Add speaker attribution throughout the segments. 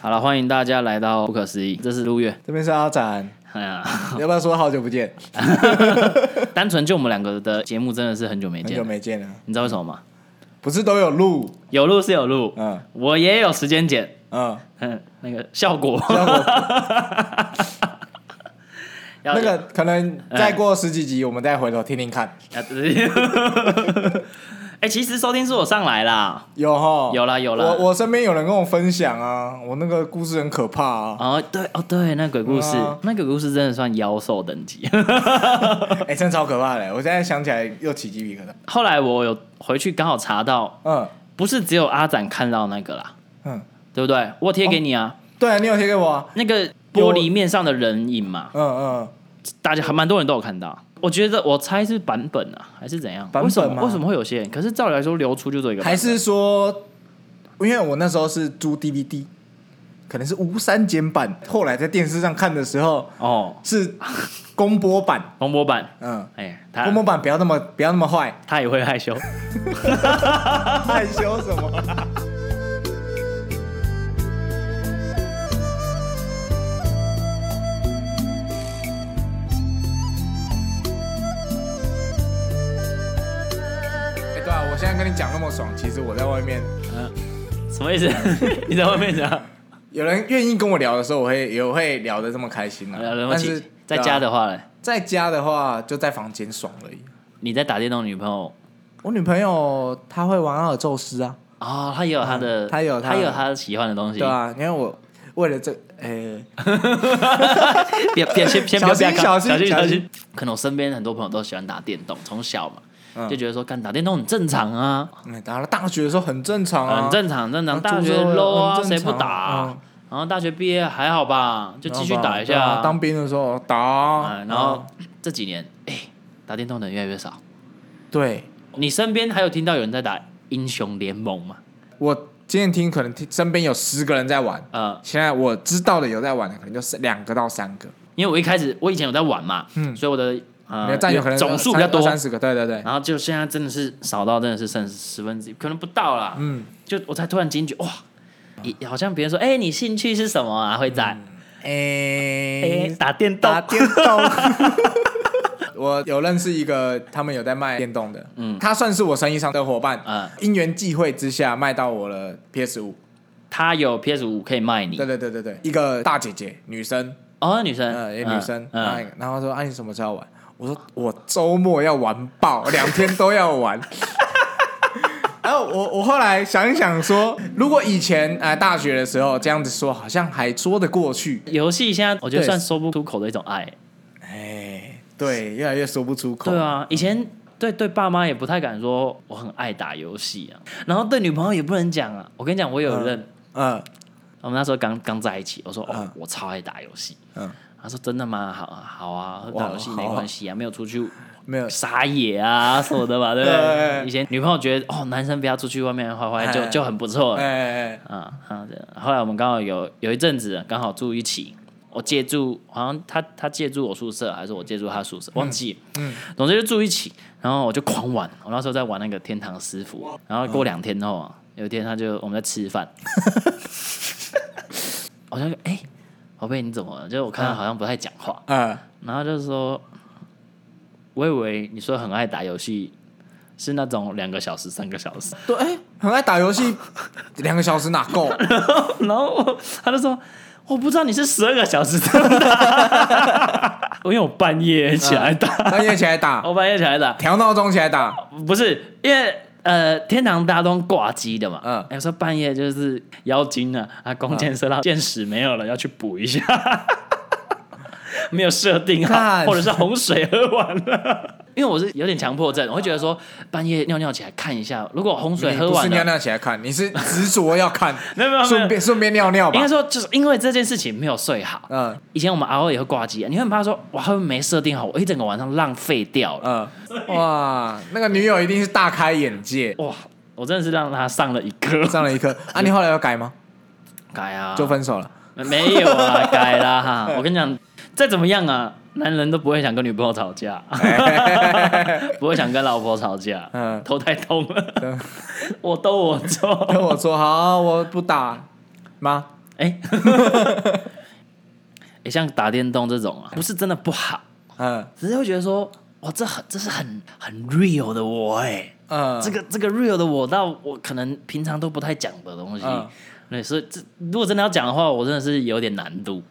Speaker 1: 好了，欢迎大家来到不可思议，这是陆 月。
Speaker 2: 这边是阿展，
Speaker 1: 哎呀，
Speaker 2: 你要不要说好久不见？
Speaker 1: 单纯就我们两个的节目真的是很久没
Speaker 2: 很
Speaker 1: 见
Speaker 2: 久
Speaker 1: 了，
Speaker 2: 没见了，
Speaker 1: 你知道为什么吗？
Speaker 2: 不是都有录？
Speaker 1: 有录是有录，
Speaker 2: 嗯
Speaker 1: 我也有时间剪，
Speaker 2: 嗯，
Speaker 1: 哼，那个效果
Speaker 2: 这样我
Speaker 1: 要
Speaker 2: 那个可能再过十几集，我们再回头听听看。
Speaker 1: 啊对对对 哎、其实收听数我上来啦，
Speaker 2: 有哈，
Speaker 1: 有啦有啦
Speaker 2: 哦我我身边有人跟我分享啊，我那个故事很可怕啊，
Speaker 1: 哦对哦对，那鬼故事，
Speaker 2: 嗯啊
Speaker 1: 那鬼故事真的算妖兽等级。
Speaker 2: 哎，真的超可怕的，我现在想起来又起鸡皮疙瘩。
Speaker 1: 后来我有回去刚好查到，
Speaker 2: 嗯
Speaker 1: 不是只有阿展看到那个啦，
Speaker 2: 嗯，
Speaker 1: 对不对？我贴给你啊，
Speaker 2: 对啊，你有贴给我啊？
Speaker 1: 那个玻璃面上的人影嘛，
Speaker 2: 嗯嗯，
Speaker 1: 大家还蛮多人都有看到。我觉得我猜是版本啊，还是怎样？
Speaker 2: 版本
Speaker 1: 为什么
Speaker 2: 吗
Speaker 1: 为什么会有些人？可是照理来说，流出就做一个版本，
Speaker 2: 还是说，因为我那时候是租 DVD，可能是无删减版，后来在电视上看的时候
Speaker 1: 哦，
Speaker 2: 是公播版，
Speaker 1: 红魔版，
Speaker 2: 嗯。
Speaker 1: 哎，
Speaker 2: 公播
Speaker 1: 他
Speaker 2: 版不要那么不要那 么坏，
Speaker 1: 他也会害 羞。
Speaker 2: 害羞什么？哎，对啊，我现在跟你讲那么爽，其实我在外面，
Speaker 1: 什么意思？你在外面讲，
Speaker 2: 有人愿意跟我聊的时候，我会也会聊得这么开心啊。
Speaker 1: 聊得那么
Speaker 2: 但
Speaker 1: 起
Speaker 2: 是
Speaker 1: 在家，
Speaker 2: 对啊
Speaker 1: 的话嘞，
Speaker 2: 在家的话就在房间爽而已。
Speaker 1: 你在打电动，女朋友
Speaker 2: 我女朋友她会玩阿尔宙斯啊，
Speaker 1: 哦，她也有她的，
Speaker 2: 嗯她有她
Speaker 1: 她有她喜欢的东西。
Speaker 2: 对啊，因为我为了这，哎，
Speaker 1: 别别先先不要
Speaker 2: 小心
Speaker 1: 不要
Speaker 2: 小心
Speaker 1: 小心
Speaker 2: 小
Speaker 1: 小
Speaker 2: 心
Speaker 1: 心。可能我身边很多朋友都喜欢打电动，从小嘛
Speaker 2: 嗯
Speaker 1: 就觉得说干打电动很正常啊，
Speaker 2: 嗯，打了大学的时候很正常啊，
Speaker 1: 很正常很正常。
Speaker 2: 啊
Speaker 1: 大学
Speaker 2: 注册
Speaker 1: low 啊，
Speaker 2: 很
Speaker 1: 谁
Speaker 2: 正常
Speaker 1: 不打啊
Speaker 2: 嗯？
Speaker 1: 然后大学毕业还好吧，就继续打一
Speaker 2: 对
Speaker 1: 下
Speaker 2: 啊
Speaker 1: 啊。
Speaker 2: 当兵的时候打啊，
Speaker 1: 嗯然后这几年哎，打电动的人越来越少。
Speaker 2: 对
Speaker 1: 你身边还有听到有人在打英雄联盟吗？
Speaker 2: 我今天听可能听身边有十个人在玩，
Speaker 1: 呃，
Speaker 2: 现在我知道的有在玩的可能就是两个到三个，
Speaker 1: 因为我一开始我以前有在玩嘛，
Speaker 2: 嗯
Speaker 1: 所以我的
Speaker 2: 你
Speaker 1: 呃
Speaker 2: 的战友可能
Speaker 1: 总数比较多，啊
Speaker 2: 三十个，对对对，
Speaker 1: 然后就现在真的是少到真的是剩十分之一，可能不到啦。
Speaker 2: 嗯，
Speaker 1: 就我才突然惊觉，哇，也好像别人说，哎、你兴趣是什么啊？会在哎、
Speaker 2: 哎，
Speaker 1: 打电动
Speaker 2: 打，电动。 我有认识一个，他们有在卖电动的，嗯，他算是我生意上的伙伴，
Speaker 1: 嗯
Speaker 2: 因缘际会之下卖到我了 PS 五，
Speaker 1: 他有 PS 五可以卖你
Speaker 2: 对对对对对，一个大姐姐，女生，
Speaker 1: 哦，女生，
Speaker 2: 呃，也女生，然后
Speaker 1: 嗯，
Speaker 2: 然后她说：“啊，你什么时候要玩？”我说：“我周末要玩爆，两天都要玩。” 然后我我后来想一想说，如果以前呃大学的时候这样子说，好像还说得过去。
Speaker 1: 游戏现在我觉得
Speaker 2: 对
Speaker 1: 算说不出口的一种爱，
Speaker 2: 哎，对，越来越说不出口。
Speaker 1: 对，啊，以前对对爸妈也不太敢说我很爱打游戏啊，然后对女朋友也不能讲啊。我跟你讲，我有认，
Speaker 2: 嗯
Speaker 1: 我们那时候刚刚在一起，我说哦
Speaker 2: 嗯，
Speaker 1: 我超爱打游戏，
Speaker 2: 嗯，
Speaker 1: 他说真的吗？好啊，好啊，
Speaker 2: 哇
Speaker 1: 打游戏没
Speaker 2: 好啊
Speaker 1: 关系啊，没有出去
Speaker 2: 没有，
Speaker 1: 撒野啊什么的嘛，对不对？
Speaker 2: 对
Speaker 1: 以前女朋友觉得哦，男生不要出去外面坏坏，就
Speaker 2: 哎
Speaker 1: 就很不错
Speaker 2: 哎
Speaker 1: 了。
Speaker 2: 哎，哎
Speaker 1: 啊啊，对后来我们刚好有有一阵子刚好住一起，我借住好像他他借住我宿舍，还是我借住他宿舍，忘记。嗯，总之就住一起，然后我就狂玩，我那时候在玩那个天堂师傅，然后过两天后啊，有一天他就我们在吃 饭，我就哎，宝贝你怎么了？就是我看他好像不太讲话，
Speaker 2: 嗯，
Speaker 1: 然后就说，我以为你说很爱打游戏，是那种两个小时、三个小时。
Speaker 2: 对，哎，很爱打游戏，两个小时哪够？
Speaker 1: 然后我他就说，我不知道你是十二个小时这么 打，因为我半夜起来打，哦
Speaker 2: 半夜起来打，
Speaker 1: 嗯我半夜起来打，
Speaker 2: 调闹钟起来打，
Speaker 1: 不是因为。呃，天堂大家都挂机的嘛，嗯
Speaker 2: 嗯，
Speaker 1: 有时候半夜就是妖精啊，啊，弓箭 射到箭矢没有了，要去补一下， 没有设定好，
Speaker 2: 看
Speaker 1: 或者是洪水喝完 了。因为我是有点强迫症，我会觉得说半夜尿尿起来看一下，如果洪水
Speaker 2: 你
Speaker 1: 喝
Speaker 2: 不是
Speaker 1: 完
Speaker 2: 尿
Speaker 1: 了，
Speaker 2: 尿起来看，你是执着要看，
Speaker 1: 没有没有没有
Speaker 2: 顺便顺便尿尿吧
Speaker 1: 应该。说就是因为这件事情没有睡好。
Speaker 2: 嗯
Speaker 1: 以前我们熬夜也会挂机、啊，你会很怕说哇，会不会没设定好，我一整个晚上浪费掉了。
Speaker 2: 嗯，哇，那个女友一定是大开眼界，
Speaker 1: 哇，我真的是让他上了一课。
Speaker 2: 上了一课。啊，你后来要改吗？
Speaker 1: 改啊，
Speaker 2: 就分手了。
Speaker 1: 没有啊，改啦 哈！我跟你讲，再怎么样啊，男人都不会想跟女朋友吵 架，不会想跟老婆吵架，
Speaker 2: 嗯
Speaker 1: 头太 痛了，我都我
Speaker 2: 跟
Speaker 1: 做。
Speaker 2: 我说好，我不打吗？
Speaker 1: 哎、 也像打电动这种啊，不是真的不好，
Speaker 2: 嗯
Speaker 1: 只是会觉得说，哇，这很这是很很 real 的我哎、
Speaker 2: 嗯，
Speaker 1: 这个这个 real 的我到我可能平常都不太讲的东西，
Speaker 2: 嗯
Speaker 1: 对，所以这如果真的要讲的话，我真的是有点难度。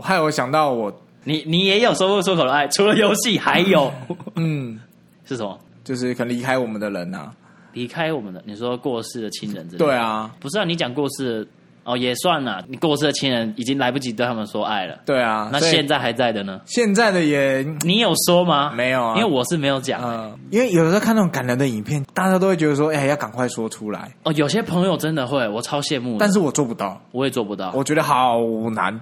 Speaker 2: 害我想到我，
Speaker 1: 你你也有说不出口的爱，除了游戏还有
Speaker 2: 嗯，
Speaker 1: 是什么？
Speaker 2: 就是可能离开我们的人啊，
Speaker 1: 离开我们的，你说过世的亲人之类的
Speaker 2: 对，啊，
Speaker 1: 不是啊，你讲过世的哦也算啦，你过世的亲人已经来不及对他们说爱了，
Speaker 2: 对啊，
Speaker 1: 那
Speaker 2: 所以
Speaker 1: 现在还在的呢？
Speaker 2: 现在的也，
Speaker 1: 你有说吗？
Speaker 2: 没有啊
Speaker 1: 因为我是没有讲、
Speaker 2: 嗯，因为有的时候看那种感人的影片，大家都会觉得说，哎、要赶快说出来，
Speaker 1: 哦。有些朋友真的会，我超羡慕的，
Speaker 2: 但是我做不到，
Speaker 1: 我也做不到，
Speaker 2: 我觉得好难，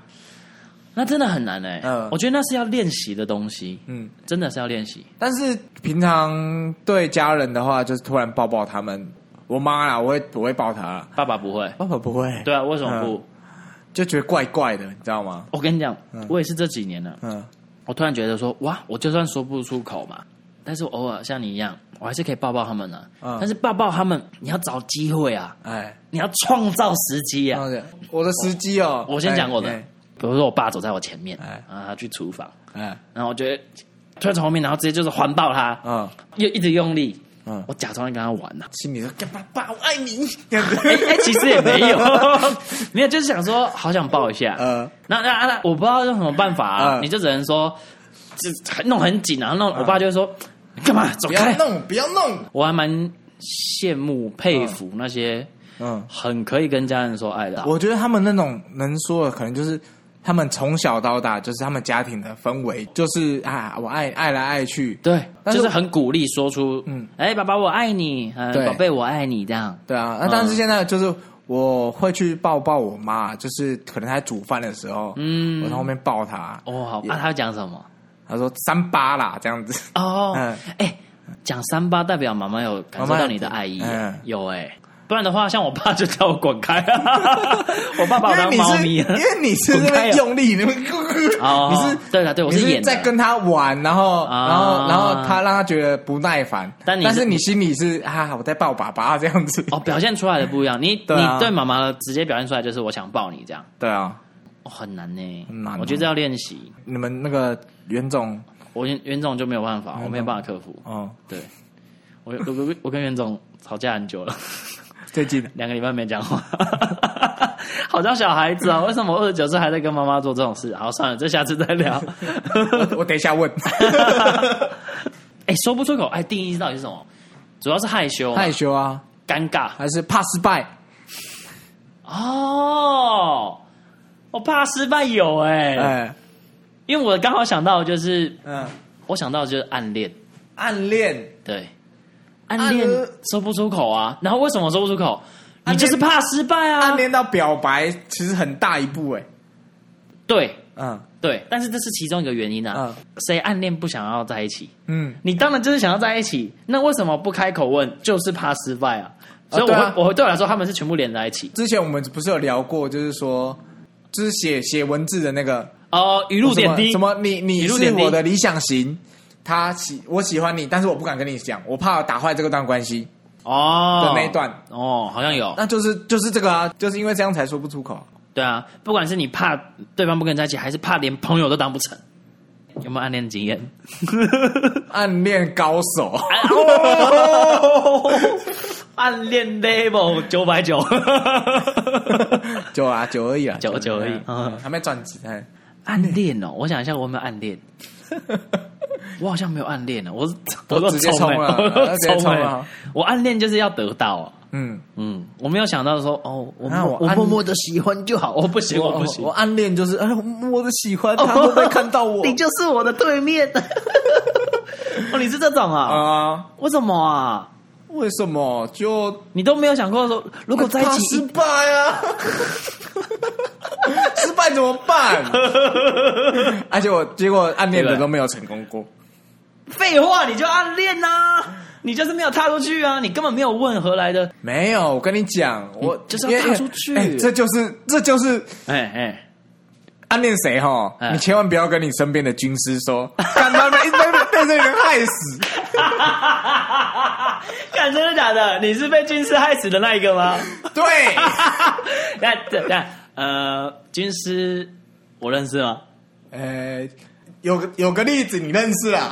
Speaker 1: 那真的很难哎、
Speaker 2: 嗯
Speaker 1: 我觉得那是要练习的东西，
Speaker 2: 嗯，
Speaker 1: 真的是要练习。
Speaker 2: 但是平常对家人的话，就是突然抱抱他们，我妈啦，我会我会抱她啦，
Speaker 1: 爸爸不会，
Speaker 2: 爸爸不会，
Speaker 1: 对啊，为什么
Speaker 2: 嗯
Speaker 1: 不？
Speaker 2: 就觉得怪怪的，你知道吗？
Speaker 1: 我跟你讲，我也是这几年呢，
Speaker 2: 嗯
Speaker 1: 我突然觉得说，哇，我就算说不出口嘛，但是我偶尔像你一样，我还是可以抱抱他们呢、
Speaker 2: 嗯
Speaker 1: 但是抱抱他们，你要找机会啊，
Speaker 2: 哎，
Speaker 1: 你要创造时机
Speaker 2: 这
Speaker 1: 啊。
Speaker 2: 样子，我的司机哦，
Speaker 1: 我先讲我的，
Speaker 2: 哎
Speaker 1: 比如说我爸走在我前面，
Speaker 2: 哎
Speaker 1: 啊，他去厨房，
Speaker 2: 哎，
Speaker 1: 然后我觉得突然从后面，然后直接就是环抱他，
Speaker 2: 嗯
Speaker 1: 又一直用力，
Speaker 2: 嗯，
Speaker 1: 我假装在跟他玩呢、
Speaker 2: 心里说，干爸爸，我爱你，这样子，
Speaker 1: 哎、哎、其实也没 有，没有，就是想说好想抱一下。
Speaker 2: 呃，
Speaker 1: 那那那我不知道用什么办法、啊，
Speaker 2: 嗯
Speaker 1: 你就只能说，就弄很紧啊，然后弄我爸就会说，你干嘛走
Speaker 2: 不要
Speaker 1: 开？
Speaker 2: 弄，不要弄，
Speaker 1: 我还蛮羡慕佩服那些
Speaker 2: 嗯，
Speaker 1: 很可以跟家人说爱的啊、
Speaker 2: 我觉得他们那种能说的，可能就是。他们从小到大就是他们家庭的氛围，就是啊，我爱爱来爱去，
Speaker 1: 对，
Speaker 2: 但
Speaker 1: 就是是很鼓励说出，嗯
Speaker 2: 嗯，
Speaker 1: 哎、爸爸我爱你，嗯，
Speaker 2: 对
Speaker 1: 宝贝我爱你这样。
Speaker 2: 对啊，那但是现在就是我会去抱抱我妈，就是可能她在煮饭的时候，嗯，我从后面抱她，
Speaker 1: 哦，好，
Speaker 2: 也
Speaker 1: 那、他讲什么？
Speaker 2: 她说三八啦这样子，
Speaker 1: 哦，哎
Speaker 2: 嗯、
Speaker 1: 讲三八代表妈妈有感受
Speaker 2: 妈妈
Speaker 1: 到你的爱意耶，
Speaker 2: 嗯
Speaker 1: 有哎、不然的话，像我爸就叫我滚开，啊 我爸把我
Speaker 2: 因为
Speaker 1: 当
Speaker 2: 你
Speaker 1: 猫
Speaker 2: 是
Speaker 1: 咪
Speaker 2: 因
Speaker 1: 了。
Speaker 2: 为你是那边用力，你们 你
Speaker 1: 哦
Speaker 2: 是
Speaker 1: 对了对我是
Speaker 2: 你是
Speaker 1: 演的
Speaker 2: 在跟她玩，然后
Speaker 1: 啊
Speaker 2: 然后然后她让她觉得不耐烦，
Speaker 1: 但
Speaker 2: 但
Speaker 1: 你
Speaker 2: 是你心里是啊我在抱爸爸这样子，
Speaker 1: 哦，表现出来的不一样。你
Speaker 2: 对啊
Speaker 1: 你对妈妈的直接表现出来就是我想抱你这样，
Speaker 2: 对啊，
Speaker 1: 哦、很难呢，
Speaker 2: 很难哦
Speaker 1: 我觉得要练习，
Speaker 2: 你们那个袁总，
Speaker 1: 我袁袁总就没有办法，我没有办法克服。
Speaker 2: 哦，
Speaker 1: 对，我我我我跟袁总吵架很久了，
Speaker 2: 最近的
Speaker 1: 两个礼拜没讲话， 好像小孩子啊！为什么二十九岁还在跟妈妈做这种事？好，算了，这下次再 聊。
Speaker 2: 我我等一下问，
Speaker 1: 哎、说不出口，哎，定义到底是什么？主要是害羞嘛、
Speaker 2: 害羞啊，
Speaker 1: 尴尬
Speaker 2: 还是怕失败？
Speaker 1: 哦。我怕失败有哎、
Speaker 2: 哎，
Speaker 1: 因为我刚好想到就是，
Speaker 2: 嗯，
Speaker 1: 我想到就是暗恋，
Speaker 2: 暗恋。
Speaker 1: 对，暗恋
Speaker 2: 呃
Speaker 1: 说不出口啊。然后为什么说不出口？你
Speaker 2: 暗恋
Speaker 1: 就是怕失败啊
Speaker 2: 暗。恋到表白其实很大一步哎、
Speaker 1: 对
Speaker 2: 嗯
Speaker 1: 对，但是这是其中一个原因啊。
Speaker 2: 嗯
Speaker 1: 谁暗恋不想要在一起？
Speaker 2: 嗯，
Speaker 1: 你当然就是想要在一起，那为什么不开口问？就是怕失败啊。所以我会、
Speaker 2: 对啊
Speaker 1: 我会对我来说，他们是全部连在一起。
Speaker 2: 之前我们不是有聊过，就是说，就是写写文字的那个
Speaker 1: 哦，语录
Speaker 2: 什
Speaker 1: 点
Speaker 2: 么
Speaker 1: 滴
Speaker 2: 什么你
Speaker 1: 一
Speaker 2: 你
Speaker 1: 路
Speaker 2: 是
Speaker 1: 点滴
Speaker 2: 我的理想型，他喜我喜欢你，但是我不敢跟你讲，我怕打坏这个段关系
Speaker 1: 哦
Speaker 2: 的那一段，
Speaker 1: 哦，好像有
Speaker 2: 那就是就是这个啊，就是因为这样才说不出口。
Speaker 1: 对啊。不管是你怕对方不跟你在一起，还是怕连朋友都当不成，有没有暗恋经验？
Speaker 2: 暗恋高手，
Speaker 1: 哎哦暗恋 level 九百九，
Speaker 2: 九啊九而已啊，
Speaker 1: 九九而已嗯
Speaker 2: 嗯还没转职哎，
Speaker 1: 暗恋哦，我想一下，我有没有暗恋？我好像没有暗恋哦，我是
Speaker 2: 都
Speaker 1: 都
Speaker 2: 直接
Speaker 1: 冲
Speaker 2: 冲了
Speaker 1: 欸我都
Speaker 2: 直接冲
Speaker 1: 欸
Speaker 2: 了
Speaker 1: 我暗恋就是要得到啊。
Speaker 2: 嗯，
Speaker 1: 嗯，我没有想到说哦，我
Speaker 2: 那
Speaker 1: 默
Speaker 2: 我
Speaker 1: 我
Speaker 2: 暗
Speaker 1: 默默的喜欢就好，我不行，我不行哦
Speaker 2: 我，暗恋就是哎，我的喜欢他都在看到 我，
Speaker 1: 你就是我的对面。哦，你是这种啊？
Speaker 2: 啊，
Speaker 1: 为什么啊？
Speaker 2: 为什么就
Speaker 1: 你都没有想过说，如果在一
Speaker 2: 怕
Speaker 1: 起
Speaker 2: 失败啊， 失败怎么办？ 而且我结果暗恋的都没有成功过，
Speaker 1: 废话，你就暗恋呐、你就是没有踏出去啊，你根本没有问何来的。
Speaker 2: 没有。我跟你讲，我
Speaker 1: 就是要踏
Speaker 2: 因为
Speaker 1: 出去
Speaker 2: 哎这就是这就是
Speaker 1: 哎 哎，
Speaker 2: 暗恋谁哈
Speaker 1: 哎？
Speaker 2: 你千万不要跟你身边的军师 说，干他们一直被被这个人害死。
Speaker 1: 看 真的假的？你是被军师害死的那一个吗？
Speaker 2: 对，
Speaker 1: 那这那呃，军师我认识吗？
Speaker 2: 呃，有个有个例子你认识啊？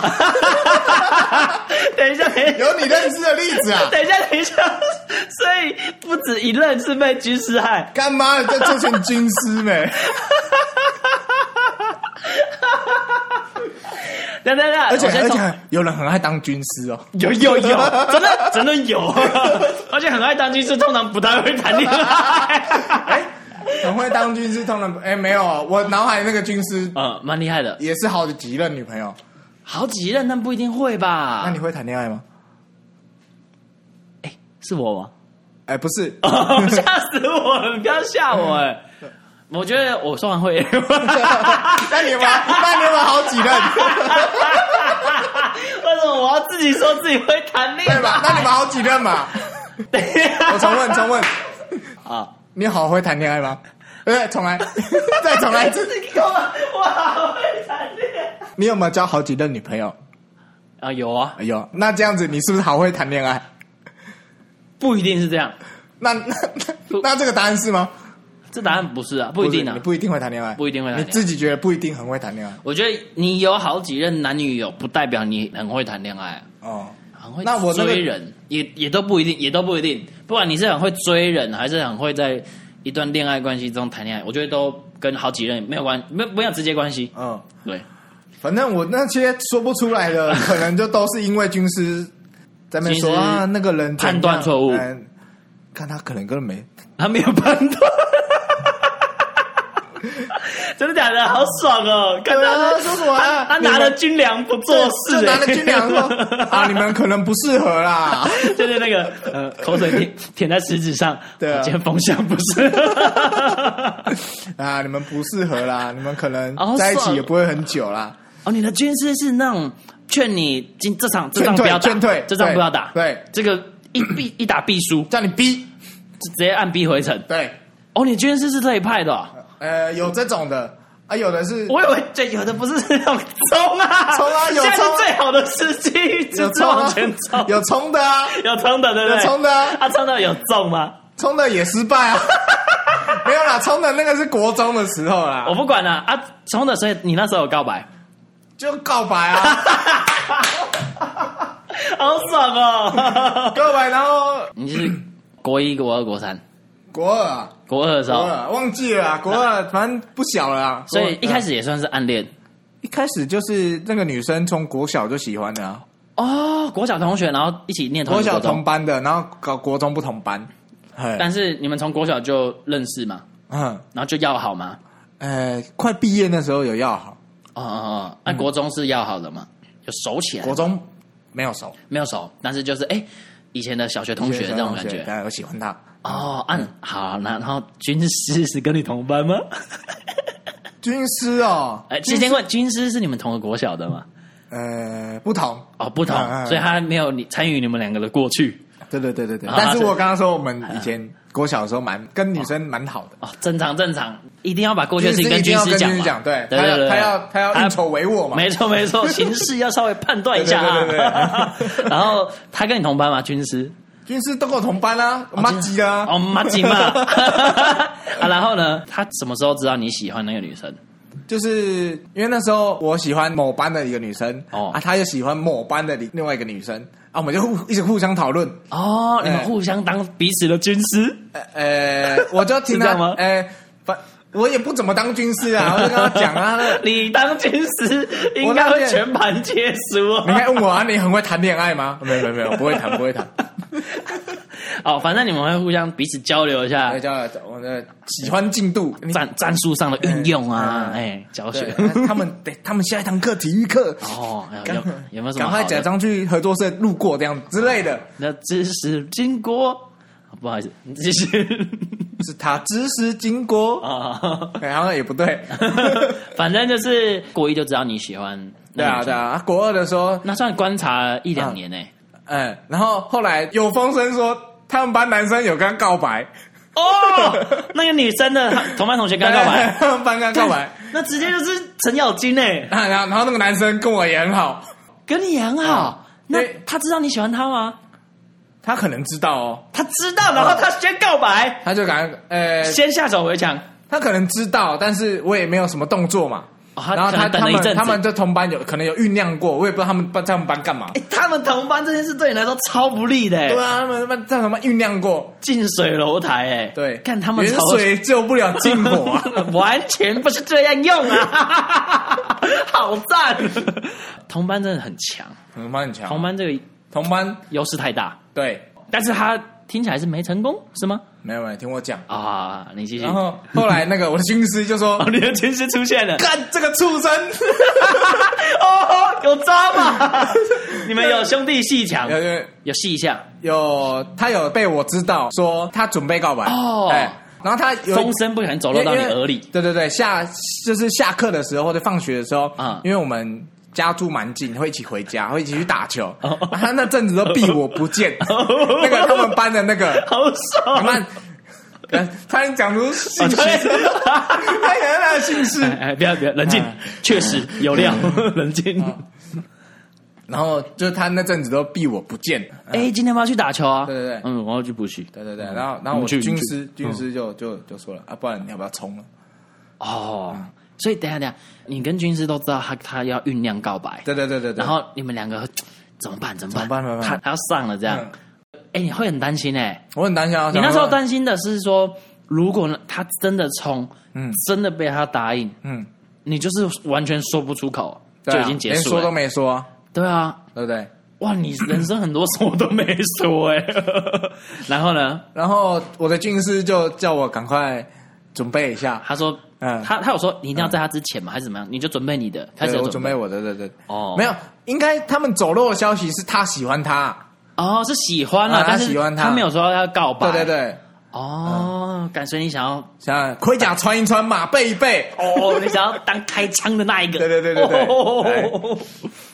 Speaker 1: 等一下，等 一下，
Speaker 2: 有你认识的例子 啊？
Speaker 1: 等一下，等一下，所以不止一任是被军师害。
Speaker 2: 干妈的，这这群军师没？
Speaker 1: 等等等，
Speaker 2: 而且
Speaker 1: 我先
Speaker 2: 而
Speaker 1: 从
Speaker 2: 且有人很爱当军师哦。
Speaker 1: 有有有，真的真的有， 而且很爱当军师，通常不太会谈恋 爱。
Speaker 2: 很会当军师，通常不哎、没有，我脑海那个军师
Speaker 1: 呃，蛮厉害的，
Speaker 2: 也是好几任女朋友。
Speaker 1: 好几任，但不一定会
Speaker 2: 那
Speaker 1: 吧？
Speaker 2: 你会谈恋爱吗？
Speaker 1: 是我 吗？
Speaker 2: 哎、不是，
Speaker 1: 哦吓死我了！你不要吓我哎、我觉得我算 会，
Speaker 2: 那 你玩，那你玩好几任，
Speaker 1: 为什么我要自己说自己会谈恋爱？
Speaker 2: 对吧？那你玩好几任嘛？
Speaker 1: 等一下
Speaker 2: 我重问，重问，
Speaker 1: 啊！
Speaker 2: 你好会谈恋爱吗？对，重来， 再重
Speaker 1: 哎
Speaker 2: 来一次。
Speaker 1: 我好会谈恋爱
Speaker 2: 你有没有交好几任女朋友？
Speaker 1: 啊！有啊，
Speaker 2: 哎呦，那这样子你是不是好会谈恋爱？
Speaker 1: 不一定是这样，
Speaker 2: 那那那那这个答案是吗？
Speaker 1: 这答案不是啊，不一定
Speaker 2: 是
Speaker 1: 啊
Speaker 2: 你。不一定会谈恋爱，
Speaker 1: 不一定会谈恋爱
Speaker 2: 你自己觉得不一定很会谈恋爱
Speaker 1: 我觉得你有好几任男女友，不代表你很会谈恋爱啊、
Speaker 2: 哦。
Speaker 1: 很会
Speaker 2: 那我那个
Speaker 1: 追人也也都不一定，也都不一定。不管你是很会追人，还是很会在一段恋爱关系中谈恋爱，我觉得都跟好几任没有关，没有没有直接关系。
Speaker 2: 嗯，
Speaker 1: 对，
Speaker 2: 反正我那些说不出来的，可能就都是因为军师在那边说
Speaker 1: 军师
Speaker 2: 啊，那个人怎样
Speaker 1: 判断错误
Speaker 2: 嗯看他可能根本没，
Speaker 1: 他没有判断，真的假的？好爽哦！看
Speaker 2: 对啊
Speaker 1: 他
Speaker 2: 说什么啊
Speaker 1: 他他拿了军粮不做事、
Speaker 2: 就
Speaker 1: 欸，
Speaker 2: 拿了 军粮说啊，你们可能不适合啦。
Speaker 1: 就是那个呃，口水舔舔在食指上，
Speaker 2: 对啊
Speaker 1: 我今天风向不是。
Speaker 2: 啊，你们不适合啦，你们可能
Speaker 1: 好爽
Speaker 2: 在一起也不会很久啦。
Speaker 1: 哦，你的军师是那种劝你今这场这
Speaker 2: 劝
Speaker 1: 仗不
Speaker 2: 退
Speaker 1: 要，打，
Speaker 2: 劝退，
Speaker 1: 这仗不要打，
Speaker 2: 对，对
Speaker 1: 这个一 必一打必输，
Speaker 2: 叫你逼，
Speaker 1: 直接按逼回城。
Speaker 2: 对，
Speaker 1: 哦，你军师是这一派的哦、
Speaker 2: 呃，有这种的啊，有的是
Speaker 1: 我以为这有的不是那种冲啊，
Speaker 2: 冲啊有
Speaker 1: 现在
Speaker 2: 冲啊
Speaker 1: 是最好的时机，直
Speaker 2: 有
Speaker 1: 直
Speaker 2: 冲
Speaker 1: 往
Speaker 2: 啊
Speaker 1: 前冲，，
Speaker 2: 有冲的啊，
Speaker 1: 有冲的，对不对？
Speaker 2: 有冲的啊
Speaker 1: 他冲的有中吗？
Speaker 2: 冲的也失败啊。 没有啦，冲的那个是国中的时候啦
Speaker 1: 我，不管了啊，冲的，所以你那时候有告白，
Speaker 2: 就告白啊。
Speaker 1: 好爽哦！
Speaker 2: 各位，然后
Speaker 1: 你是国一、国二、国三、
Speaker 2: 国二啊，
Speaker 1: 国二的时
Speaker 2: 国
Speaker 1: 候，
Speaker 2: 二忘记了啊，国二反正不小了啊。
Speaker 1: 哦所以一开
Speaker 2: 始
Speaker 1: 始也算是暗恋
Speaker 2: 呃一开始就是那个女生从国小就喜欢的啊，
Speaker 1: 哦。国小同学，然后一起念同
Speaker 2: 国
Speaker 1: 一个
Speaker 2: 小
Speaker 1: 哦国中
Speaker 2: 同班的，然后搞国中不同班。嘿
Speaker 1: 但是你们从国小就认识嘛，
Speaker 2: 嗯，
Speaker 1: 然后就要好嘛。
Speaker 2: 呃，快毕业那时候有要好，
Speaker 1: 哦哦哦，那国中是要好的嘛，就熟起来
Speaker 2: 嗯国，中没有熟，
Speaker 1: 没有熟，但是就是哎、以前的小学同学这种感觉。
Speaker 2: 大家有哎喜欢他。
Speaker 1: 哦，按、好，那然后军师是跟你同班 吗？
Speaker 2: 军师哦，
Speaker 1: 哎、先先问，军师是你们同个国小的吗？
Speaker 2: 呃，不同。
Speaker 1: 哦，不同，
Speaker 2: 嗯嗯嗯
Speaker 1: 所以他没有你参与你们两个的过去。
Speaker 2: 对对对对对，
Speaker 1: 啊
Speaker 2: 但是
Speaker 1: 是啊
Speaker 2: 我刚刚说我们以前国小的时候蛮跟女生蛮好的，
Speaker 1: 哦，正常正常，一定要把过去的事
Speaker 2: 军
Speaker 1: 情
Speaker 2: 师一定
Speaker 1: 军
Speaker 2: 要
Speaker 1: 师
Speaker 2: 跟
Speaker 1: 讲
Speaker 2: 军师
Speaker 1: 嘛
Speaker 2: 讲，对，
Speaker 1: 对
Speaker 2: 他
Speaker 1: 对
Speaker 2: 要
Speaker 1: 对，
Speaker 2: 他要他要
Speaker 1: 他
Speaker 2: 运筹帷幄嘛，
Speaker 1: 没错没错，形势要稍微判断一下啊。
Speaker 2: 对对对
Speaker 1: 然后他跟你同班吗？军师？
Speaker 2: 军师都跟我同班啊，妈鸡的啊，
Speaker 1: 哦，马吉嘛。 啊，然后呢？他什么时候知道你喜欢那个女生？
Speaker 2: 就是因为那时候我喜欢某班的一个女生，
Speaker 1: 哦
Speaker 2: 啊，她又喜欢某班的另外一个女生，啊，我们就互一直互相讨论，
Speaker 1: 哦，你们
Speaker 2: 哎
Speaker 1: 互相当彼此的军师。
Speaker 2: 呃呃， 我就听
Speaker 1: 是这
Speaker 2: 她
Speaker 1: 样吗
Speaker 2: 呃，反我也不怎么当军师啊，我就 跟她讲啊，
Speaker 1: 你当军师应该会全盘皆输
Speaker 2: 你
Speaker 1: 哦。
Speaker 2: 看问我啊，你很会谈恋爱吗？没有没有没有，不会谈不会谈，
Speaker 1: 哦，反正你们会互相彼此交流一下
Speaker 2: 那叫我的喜欢进度。你
Speaker 1: 战战术上的运用啊，
Speaker 2: 哎
Speaker 1: 哎，教
Speaker 2: 对
Speaker 1: 学。
Speaker 2: 啊他们对他们下一堂课体育课，
Speaker 1: 哦，有
Speaker 2: 赶
Speaker 1: 有有没有什么
Speaker 2: 赶
Speaker 1: 好
Speaker 2: 快
Speaker 1: 的啊
Speaker 2: 假装去合作社路过这样之类的，
Speaker 1: 那知识经过？不好意思，你继续
Speaker 2: 是他知识经过，
Speaker 1: 啊。
Speaker 2: 哎好像也不 对。
Speaker 1: 反正就是国一就知道你喜欢那
Speaker 2: 对
Speaker 1: 个女
Speaker 2: 啊，
Speaker 1: 生，
Speaker 2: 对啊，国二的时候，
Speaker 1: 那算观察一两年呢、欸
Speaker 2: 嗯，然后后来有风声说他们班男生有跟他告白，啊
Speaker 1: 哦，那个女生的同班同学刚告白，
Speaker 2: 对 他们班跟他 告白，
Speaker 1: 那直接就是程咬金哎、
Speaker 2: 啊然后然后那个男生跟我也很好，
Speaker 1: 跟你很好。那
Speaker 2: 啊对
Speaker 1: 他知道你喜欢他吗？
Speaker 2: 他可能知道哦，
Speaker 1: 他知道，然后他先告白，
Speaker 2: 他就感觉呃，
Speaker 1: 哎先下手为强。
Speaker 2: 他可能知道，但是我也没有什么动作嘛。
Speaker 1: 哦他
Speaker 2: 然后
Speaker 1: 可能
Speaker 2: 他
Speaker 1: 等
Speaker 2: 他
Speaker 1: 了一阵子
Speaker 2: 们他们在同班有可能有酝酿过，我也不知道他们班在他们班干嘛。
Speaker 1: 哎、他们同班这件事对你来说超不利的、欸
Speaker 2: 对啊，他们他们在他们酝酿过，
Speaker 1: 近水楼台、哎，
Speaker 2: 对，
Speaker 1: 看他们
Speaker 2: 远
Speaker 1: 超
Speaker 2: 水救 不了近火啊。
Speaker 1: 完全不是这样用啊， 好赞！同班真的很强，
Speaker 2: 同班很强，
Speaker 1: 同班这个
Speaker 2: 同班
Speaker 1: 优势太大，
Speaker 2: 对，
Speaker 1: 但是他听起来是没成功，是吗？
Speaker 2: 没有没有听我讲。
Speaker 1: 啊，你继续。
Speaker 2: 然后后来那个我的军师就 说，
Speaker 1: 哦， 你的军师出现了：“
Speaker 2: 干这个畜生！”
Speaker 1: 哦，有渣嘛？ 你们有兄弟戏强，
Speaker 2: 有有
Speaker 1: 有戏项，
Speaker 2: 有，他有被我知道说他准备告白
Speaker 1: 哦
Speaker 2: 哎，然后他有
Speaker 1: 风声不小心走漏到你
Speaker 2: 因为
Speaker 1: 耳里。
Speaker 2: 对对对，下就是下课的时候或者放学的时候，
Speaker 1: 嗯
Speaker 2: 因为我们家住蛮近，会一起回家，会一起去打球。
Speaker 1: 哦
Speaker 2: 啊他那阵子都避我不 见，
Speaker 1: 哦
Speaker 2: 那个他们班的 那个，
Speaker 1: 好
Speaker 2: 你
Speaker 1: 爽！
Speaker 2: 们差点讲出姓
Speaker 1: 哦
Speaker 2: 氏，
Speaker 1: 对
Speaker 2: 他讲他的姓氏，
Speaker 1: 哎哎，不要不要，冷静
Speaker 2: 哎，嗯
Speaker 1: 确实有 料， 冷静。
Speaker 2: 然后就是他那阵子都避我不见。
Speaker 1: 哎，今天我要去打球啊！
Speaker 2: 对对对
Speaker 1: 嗯，我要去补习。
Speaker 2: 对对对，然后然
Speaker 1: 我嗯
Speaker 2: 后
Speaker 1: 们
Speaker 2: 我
Speaker 1: 去
Speaker 2: 军
Speaker 1: 我们去嗯
Speaker 2: 师军师就就就说了啊，不然你要不要冲了？
Speaker 1: 哦，
Speaker 2: 嗯
Speaker 1: 所以等一下等一下，你跟军师都知道他他要酝酿告白，
Speaker 2: 对对对对对，
Speaker 1: 然后你们两个怎么办？怎么办？
Speaker 2: 怎么办怎么办嗯
Speaker 1: 他他要上了这样，哎，你会很担心哎。
Speaker 2: 我很担心啊，
Speaker 1: 你那
Speaker 2: 想
Speaker 1: 时候
Speaker 2: 说
Speaker 1: 担心的是说，如果他真的冲，
Speaker 2: 嗯
Speaker 1: 真的被他答应，
Speaker 2: 嗯，
Speaker 1: 你就是完全说不出口，
Speaker 2: 对
Speaker 1: 就
Speaker 2: 啊
Speaker 1: 已经结
Speaker 2: 连
Speaker 1: 束
Speaker 2: 说都
Speaker 1: 了。
Speaker 2: 没说啊，
Speaker 1: 对啊，
Speaker 2: 对不对？
Speaker 1: 哇，你人生很多什么都没说哎。 然后呢，
Speaker 2: 然后我的军师就叫我赶快准备一下，
Speaker 1: 他说，
Speaker 2: 嗯
Speaker 1: 他他有说你一定要在他之前嘛，还是怎么样？你就准备你的，开始
Speaker 2: 对
Speaker 1: 有
Speaker 2: 我准备我的，对对对，
Speaker 1: 哦
Speaker 2: 没有，应该他们走漏的消息是他喜欢他，
Speaker 1: 哦，是喜欢了，
Speaker 2: 啊
Speaker 1: 但
Speaker 2: 他
Speaker 1: 是
Speaker 2: 喜欢他
Speaker 1: 他没有说要告白。
Speaker 2: 对对。对，
Speaker 1: 哦，感觉你想 要，
Speaker 2: 想想盔甲穿一穿嘛，背一背，
Speaker 1: 哦，你想要当开枪的那一个。
Speaker 2: 对对对对对
Speaker 1: 哦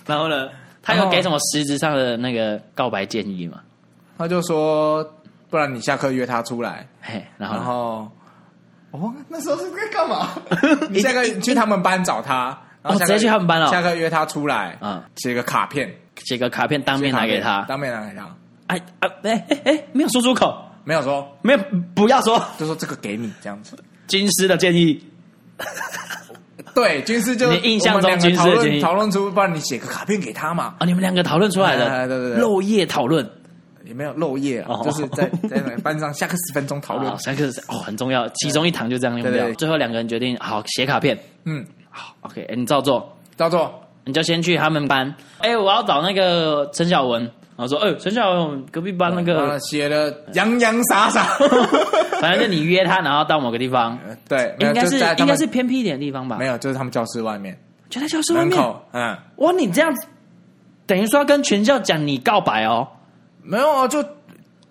Speaker 1: 然后呢，他
Speaker 2: 然
Speaker 1: 有
Speaker 2: 后
Speaker 1: 给什么实质上的那个告白建议吗？
Speaker 2: 他就说，不然你下课约他出来，
Speaker 1: 嘿，然后
Speaker 2: 然
Speaker 1: 呢
Speaker 2: 后我忘了那时候是在 干嘛？你下课去他们班找他，然后下课
Speaker 1: 哦直接去他们班哦
Speaker 2: 下课约他出来，
Speaker 1: 嗯
Speaker 2: 写个卡片，
Speaker 1: 写个卡片当面拿给他。
Speaker 2: 当面拿给他，
Speaker 1: 哎啊，哎哎哎，没有说出口，
Speaker 2: 没有说，
Speaker 1: 没有不要说
Speaker 2: 就说这个给你这样子。
Speaker 1: 军师的建议。
Speaker 2: 对，军师就
Speaker 1: 你印象中
Speaker 2: 我们两个讨
Speaker 1: 军师的建
Speaker 2: 论
Speaker 1: 议
Speaker 2: 讨论出，不然你写个卡片给他嘛，
Speaker 1: 啊，你们两个讨论出来
Speaker 2: 哎
Speaker 1: 的，
Speaker 2: 对对对
Speaker 1: 漏夜讨论，
Speaker 2: 也没有漏夜啊
Speaker 1: 哦，
Speaker 2: 就是在在那个班上下课十分钟讨论
Speaker 1: 好，，三个是哦很重要，其中一堂就这样用
Speaker 2: 对对
Speaker 1: 掉
Speaker 2: 对。
Speaker 1: 最后两个人决定，好写卡片，
Speaker 2: 嗯，
Speaker 1: 好，OK，哎你照做，
Speaker 2: 叫做
Speaker 1: 你就先去他们班，哎，我要找那个陈小文，然后说，哎，陈小文隔壁班那
Speaker 2: 啊
Speaker 1: 个，
Speaker 2: 写的洋洋洒洒，
Speaker 1: 反正就你约他，然后到某个地方，
Speaker 2: 呃 对，没有
Speaker 1: 应该
Speaker 2: 就是在他
Speaker 1: 应
Speaker 2: 们
Speaker 1: 该是偏僻一点的地方吧
Speaker 2: 没？有，就是他们教室外面
Speaker 1: 就在教室外
Speaker 2: 门
Speaker 1: 面，
Speaker 2: 口，嗯，
Speaker 1: 哇，你这样子等于说要跟全校讲你告白哦，
Speaker 2: 没有啊，就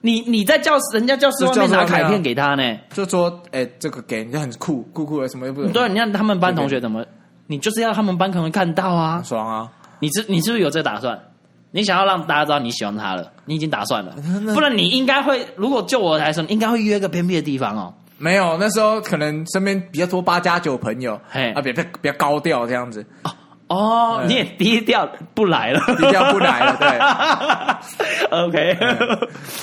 Speaker 1: 你你在教室人家教室外面
Speaker 2: 就教室外
Speaker 1: 拿
Speaker 2: 面啊
Speaker 1: 卡片给他呢，
Speaker 2: 就说，哎，这个给你就很酷酷酷的，什么又不懂，
Speaker 1: 对，你看他们班同学怎么，你就是要他们班同学看到啊
Speaker 2: 很，爽啊，
Speaker 1: 你是你是不是有这打算？你想要让大家知道你喜欢他了，你已经打算了
Speaker 2: 那，
Speaker 1: 不然你应该会，如果就我来说，你应该会约个偏僻的地方哦。
Speaker 2: 没有，那时候可能身边比较多八加九朋友，
Speaker 1: 嘿
Speaker 2: 啊，比较比较高调这样子，
Speaker 1: 哦，
Speaker 2: 嗯
Speaker 1: 你也低调不来了，
Speaker 2: 低调不来
Speaker 1: 了， 对。OK，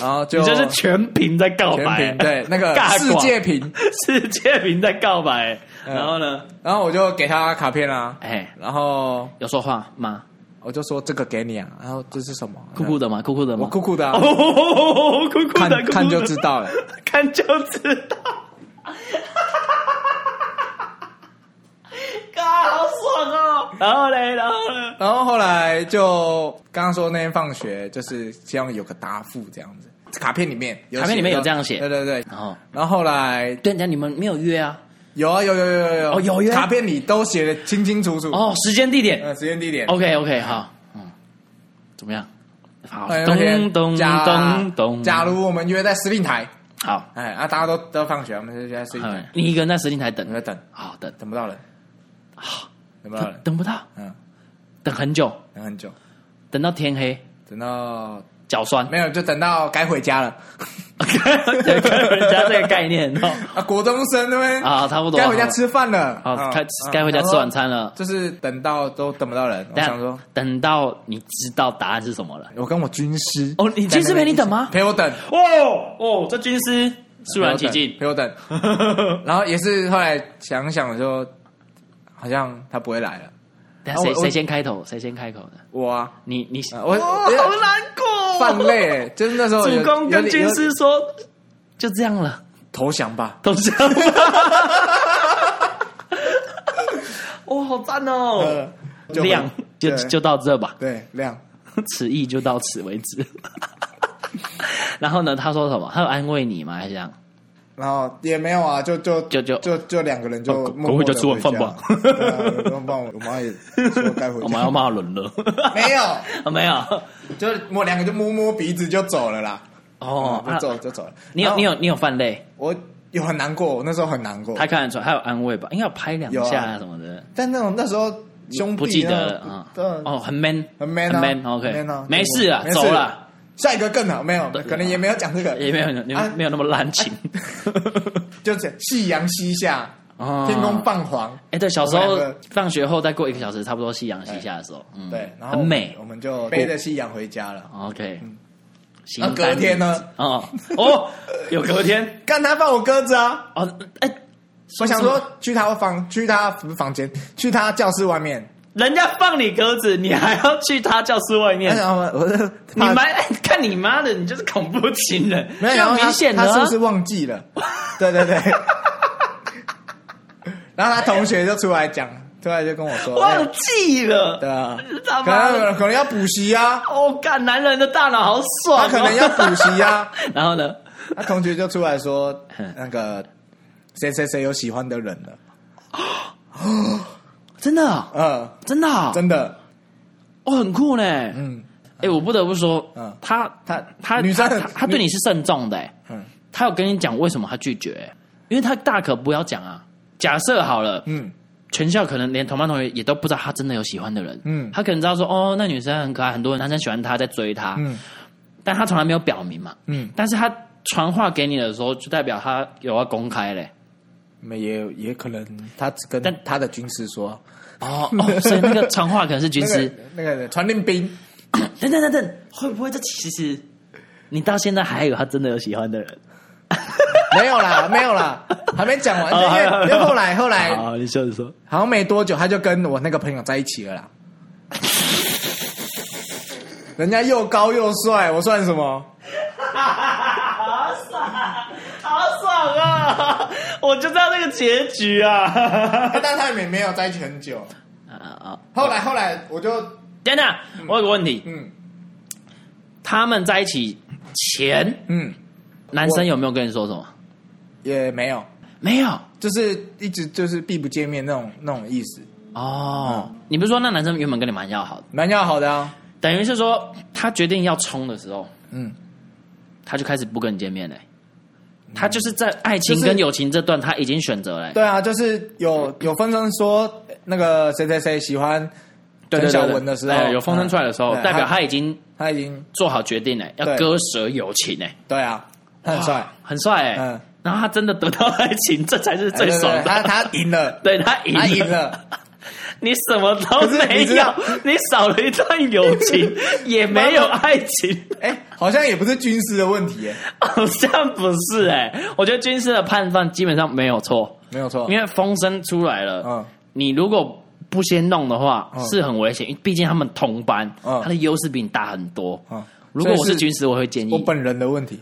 Speaker 2: 然后就
Speaker 1: 你就是全屏在告
Speaker 2: 全
Speaker 1: 白，啊
Speaker 2: 屏对那个
Speaker 1: 尬
Speaker 2: 世
Speaker 1: 广
Speaker 2: 界屏，
Speaker 1: 世界屏在告白，
Speaker 2: 嗯
Speaker 1: 然后呢，
Speaker 2: 然后我就给他卡片啦、
Speaker 1: 哎，
Speaker 2: 然后
Speaker 1: 有说话吗？
Speaker 2: 我就说这个给你啊，然后这是什么？
Speaker 1: 酷酷的吗？酷酷的吗？
Speaker 2: 我酷酷的、啊，
Speaker 1: 哦，酷酷
Speaker 2: 看
Speaker 1: 的，酷酷的
Speaker 2: 看就知，道了。
Speaker 1: 看就知 道。嘎，好爽哦！然后嘞，然后呢？
Speaker 2: 然后后来就刚刚说那天放学，就是希望有个答复这样子。卡片里面有写
Speaker 1: 卡片里面有这样写
Speaker 2: 对对对。
Speaker 1: 然后，
Speaker 2: 然后后来
Speaker 1: 对，那你们没有约啊？
Speaker 2: 有啊有有有有有
Speaker 1: 哦有耶
Speaker 2: 卡片里都写的清清楚楚。
Speaker 1: 哦，时间地点
Speaker 2: 呃，时间地点。
Speaker 1: ，OK OK，好，嗯，怎么样？好，
Speaker 2: 哎那天
Speaker 1: 咚咚
Speaker 2: 假
Speaker 1: 咚咚，
Speaker 2: 假如我们约在司令台，
Speaker 1: 好，
Speaker 2: 哎啊，大家都都放学，我们就约在司令台
Speaker 1: 嗯，你一个人在石林台
Speaker 2: 我们
Speaker 1: 等，
Speaker 2: 在等，
Speaker 1: 好等，
Speaker 2: 等不到人，
Speaker 1: 啊
Speaker 2: 等不到
Speaker 1: 等
Speaker 2: 人，
Speaker 1: 等不到，
Speaker 2: 嗯，
Speaker 1: 等很久，
Speaker 2: 等很久，
Speaker 1: 等到天黑，
Speaker 2: 等到
Speaker 1: 脚酸，
Speaker 2: 没有，就等到该回家了。
Speaker 1: 对，跟人家这个概念哦。
Speaker 2: 啊，国中生对不对？
Speaker 1: 啊差不多
Speaker 2: 该回家吃饭了。
Speaker 1: 好，
Speaker 2: 啊
Speaker 1: 该该回家吃晚。餐了
Speaker 2: 啊。就是等到都等不到人，我
Speaker 1: 等
Speaker 2: 想说
Speaker 1: 下，等到你知道答案是什么了。
Speaker 2: 我跟我军师
Speaker 1: 哦你军师陪你等吗
Speaker 2: 陪我等，
Speaker 1: 哦哦，这军师肃然起 敬。
Speaker 2: 陪我等。陪我等然后也是后来想想说，好像他不会来了。
Speaker 1: 等下谁
Speaker 2: 啊我
Speaker 1: 谁先开头？谁先开口的？
Speaker 2: 我啊，
Speaker 1: 你你
Speaker 2: 啊我
Speaker 1: 哦好难过，哦
Speaker 2: 犯累、欸，就是那时候有
Speaker 1: 主公
Speaker 2: 有
Speaker 1: 跟
Speaker 2: 点
Speaker 1: 军
Speaker 2: 有
Speaker 1: 师说，就这样了，
Speaker 2: 投降吧。
Speaker 1: 都这样 哇、好赞哦！
Speaker 2: 呃就回
Speaker 1: 亮就
Speaker 2: 对
Speaker 1: 就到这吧，
Speaker 2: 对亮，
Speaker 1: 此意就到此为止。 然后呢？他说什么？他有安慰你吗？还是这样？
Speaker 2: 然后也没有啊，就就
Speaker 1: 就就
Speaker 2: 就就两个人就
Speaker 1: 哦
Speaker 2: 默
Speaker 1: 赶
Speaker 2: 默
Speaker 1: 快
Speaker 2: 地
Speaker 1: 去吃晚饭吧
Speaker 2: 回家对啊吃 晚饭，我妈也说该回
Speaker 1: 我们
Speaker 2: 家
Speaker 1: 要，骂人了？
Speaker 2: 没有，
Speaker 1: 啊没有
Speaker 2: 就是摸两个就摸摸鼻子就走了啦。
Speaker 1: 哦。
Speaker 2: 嗯
Speaker 1: 啊
Speaker 2: 就走就走了。
Speaker 1: 你有你
Speaker 2: 有
Speaker 1: 有你有犯累？
Speaker 2: 我有很难过，我那时候很难过
Speaker 1: 他。看得出来，他有安慰吧？应该有拍两
Speaker 2: 有
Speaker 1: 下
Speaker 2: 啊
Speaker 1: 什么的，
Speaker 2: 但那种那时候兄弟啊
Speaker 1: 不记得
Speaker 2: 那
Speaker 1: 了
Speaker 2: 种
Speaker 1: 啊。
Speaker 2: 对
Speaker 1: 哦，很 man，
Speaker 2: 很 man
Speaker 1: 很
Speaker 2: 啊
Speaker 1: man，OK，
Speaker 2: man 啊
Speaker 1: 没事啊，
Speaker 2: 没事
Speaker 1: 走了，
Speaker 2: 下一个更好，没有，可能也没有讲这个，
Speaker 1: 也没有没有
Speaker 2: 啊
Speaker 1: 没有那么滥情。
Speaker 2: 就是夕阳西下，
Speaker 1: 哦
Speaker 2: 天空泛黄，
Speaker 1: 哎，对，小时
Speaker 2: 我
Speaker 1: 候
Speaker 2: 们两个
Speaker 1: 放学后再过一个小时，差不多夕阳西下的时候，嗯，
Speaker 2: 对，然后
Speaker 1: 很美
Speaker 2: 我们就背着夕阳回家了。
Speaker 1: ，OK。
Speaker 2: 那
Speaker 1: 行，
Speaker 2: 啊隔天？呢？
Speaker 1: 哦哦，有隔天
Speaker 2: 干他放我鸽子啊！
Speaker 1: 哦，哎，
Speaker 2: 我想
Speaker 1: 什
Speaker 2: 说去他房，去他不是房间，去他教室外面。
Speaker 1: 人家放你鸽子，你还要去他教室外面
Speaker 2: 那？然后我就
Speaker 1: 你妈， 哎看你妈的，你就是恐怖情人，
Speaker 2: 没有，
Speaker 1: 这
Speaker 2: 然后
Speaker 1: 样
Speaker 2: 他
Speaker 1: 明显的
Speaker 2: 他是
Speaker 1: 啊
Speaker 2: 不是忘记 了？对对 对。然后他同学就出来讲，出来就跟我说，哎
Speaker 1: 忘记了？
Speaker 2: 对啊，
Speaker 1: 他
Speaker 2: 可
Speaker 1: 妈的！
Speaker 2: 能可能要补习啊，
Speaker 1: 哦，干，男人的大脑好爽、
Speaker 2: 他
Speaker 1: 哦。
Speaker 2: 可能要补习啊。
Speaker 1: 然后呢？
Speaker 2: 他同学就出来说
Speaker 1: 嗯，
Speaker 2: 那个谁谁谁有喜欢的人了，
Speaker 1: 真的哦、
Speaker 2: 嗯，
Speaker 1: 真的哦、
Speaker 2: 真的，
Speaker 1: 哦，很酷呢。
Speaker 2: 嗯
Speaker 1: 哎、我不得不说，
Speaker 2: 嗯
Speaker 1: 他
Speaker 2: 他
Speaker 1: 他
Speaker 2: 女生
Speaker 1: 他他他对你是慎重的、哎
Speaker 2: 嗯，
Speaker 1: 他有跟你讲为什么他拒绝、哎因为他大可不要讲啊。假设好了，
Speaker 2: 嗯，
Speaker 1: 全校可能连同班同学也都不知道他真的有喜欢的人，
Speaker 2: 嗯
Speaker 1: 他可能知道说，哦，那女生很可爱，很多人男生喜欢她，在追她，
Speaker 2: 嗯，
Speaker 1: 但他从来没有表明嘛，
Speaker 2: 嗯，
Speaker 1: 但是他传话给你的时候，就代表他有要公开嘞、
Speaker 2: 没也也可能他只跟
Speaker 1: 但
Speaker 2: 他的军师说，
Speaker 1: 哦哦，所以那个传话可能是军
Speaker 2: 那
Speaker 1: 师
Speaker 2: 个。那个传令兵，
Speaker 1: 等等等等，会不会这其实你到现在还有他真的有喜欢的人？
Speaker 2: 没有啦， 没有啦，还没讲完，
Speaker 1: 哦还有
Speaker 2: 因为因为后来后来
Speaker 1: 好，你笑着说，
Speaker 2: 好像没多久他就跟我那个朋友在一起了啦。人家又高又帅，我算什么？
Speaker 1: 好爽，啊好爽啊！我就知道这个结局啊！
Speaker 2: 但他也没有在一起很久。
Speaker 1: 啊啊！
Speaker 2: 后来后来我就
Speaker 1: 等等，我有个问题，
Speaker 2: 嗯
Speaker 1: 他们在一起前，
Speaker 2: 嗯
Speaker 1: 男生有没有跟你说什么？
Speaker 2: 也没有，
Speaker 1: 没有
Speaker 2: 就是一直就是避不见面那种那种意思，
Speaker 1: 哦。你不是说那男生原本跟你蛮要好的，
Speaker 2: 蛮要好的啊。
Speaker 1: 等于是说他决定要冲的时候，
Speaker 2: 嗯，
Speaker 1: 他就开始不跟你见面嘞、他就是在爱情
Speaker 2: 就是
Speaker 1: 跟友情这段，他已经选择了欸、
Speaker 2: 对啊，就是有有风声说那个谁谁谁喜欢
Speaker 1: 对对对
Speaker 2: 陈小
Speaker 1: 对
Speaker 2: 文的时候
Speaker 1: 哎，有风声出来的时候，
Speaker 2: 嗯对
Speaker 1: 代表
Speaker 2: 他
Speaker 1: 他已经
Speaker 2: 他已经
Speaker 1: 做好决定了，要
Speaker 2: 对
Speaker 1: 割舍友情哎，
Speaker 2: 对啊，他很帅
Speaker 1: 哇，，很帅哎。
Speaker 2: 嗯
Speaker 1: 然后他真的得到爱情，这才是最爽
Speaker 2: 哎对对对
Speaker 1: 的。
Speaker 2: 他他赢了，
Speaker 1: 对他 赢
Speaker 2: 他
Speaker 1: 了，
Speaker 2: 赢了，
Speaker 1: 你什么都
Speaker 2: 可是
Speaker 1: 没
Speaker 2: 你知
Speaker 1: 有
Speaker 2: 道，
Speaker 1: 你少了一段友 情，也没有爱情，
Speaker 2: 哎，好像也不是军师的问题，哎
Speaker 1: 好像不是哎。我觉得军师的判断基本上没有错，
Speaker 2: 没有错，
Speaker 1: 因为风声出来了，
Speaker 2: 嗯
Speaker 1: 你如果不先弄的话，
Speaker 2: 嗯
Speaker 1: 是很危险，因为毕竟他们同班，
Speaker 2: 嗯
Speaker 1: 他的优势比你大很多。
Speaker 2: 嗯，
Speaker 1: 如果我
Speaker 2: 所以
Speaker 1: 是军师，我会建
Speaker 2: 我
Speaker 1: 议，
Speaker 2: 本人的问题，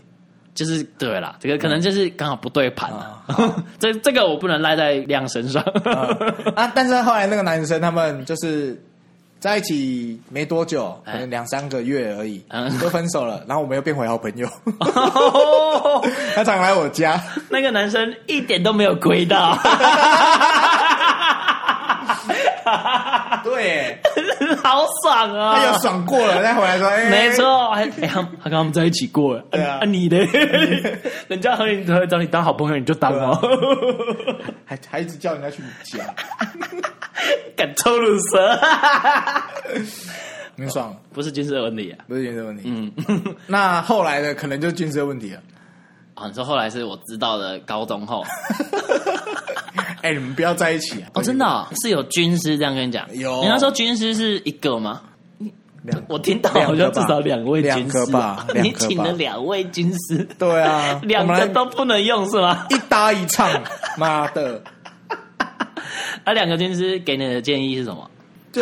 Speaker 1: 就是对啦，这个可能就是刚好不对盘
Speaker 2: 啊
Speaker 1: 啊。 这这个我不能赖在亮身上。
Speaker 2: 嗯啊，但是后来那个男生他们就是在一起没多久，可
Speaker 1: 哎
Speaker 2: 能两三个月而已
Speaker 1: 嗯，
Speaker 2: 就分手了。然后我们又变回好朋友，
Speaker 1: 哦
Speaker 2: 他常来我家，
Speaker 1: 那个男生一点都没有亏到，
Speaker 2: 对，
Speaker 1: 好爽啊！
Speaker 2: 他有爽过了，再回来说，哎，
Speaker 1: 没，错，哎、哎他他跟他们在一起过了，
Speaker 2: 对啊
Speaker 1: 你的，人家和你找你当好朋友，你就当哦，
Speaker 2: 啊还还一直叫人家去你家，
Speaker 1: 敢抽乳蛇，
Speaker 2: 很爽，
Speaker 1: 不是军事的问题啊。
Speaker 2: 不是军事问题。
Speaker 1: 嗯，
Speaker 2: 那后来的可能就是军事的问题了。
Speaker 1: 哦，你说后来是我知道的高中后，
Speaker 2: 哎，你们不要在一起啊！
Speaker 1: 哦哦，真的、哦、是有军师这样跟你讲，
Speaker 2: 有
Speaker 1: 你那时候军师是一个吗？
Speaker 2: 两
Speaker 1: 我听到好像至少两位
Speaker 2: 两
Speaker 1: 军
Speaker 2: 个
Speaker 1: 师
Speaker 2: 吧，
Speaker 1: 你
Speaker 2: 两个吧
Speaker 1: 请了两位军师，
Speaker 2: 对啊，
Speaker 1: 两
Speaker 2: 我们
Speaker 1: 个
Speaker 2: 来
Speaker 1: 都不能用是吗？
Speaker 2: 一搭一唱，妈的，
Speaker 1: 那啊两个军师给你的建议是什么？
Speaker 2: 就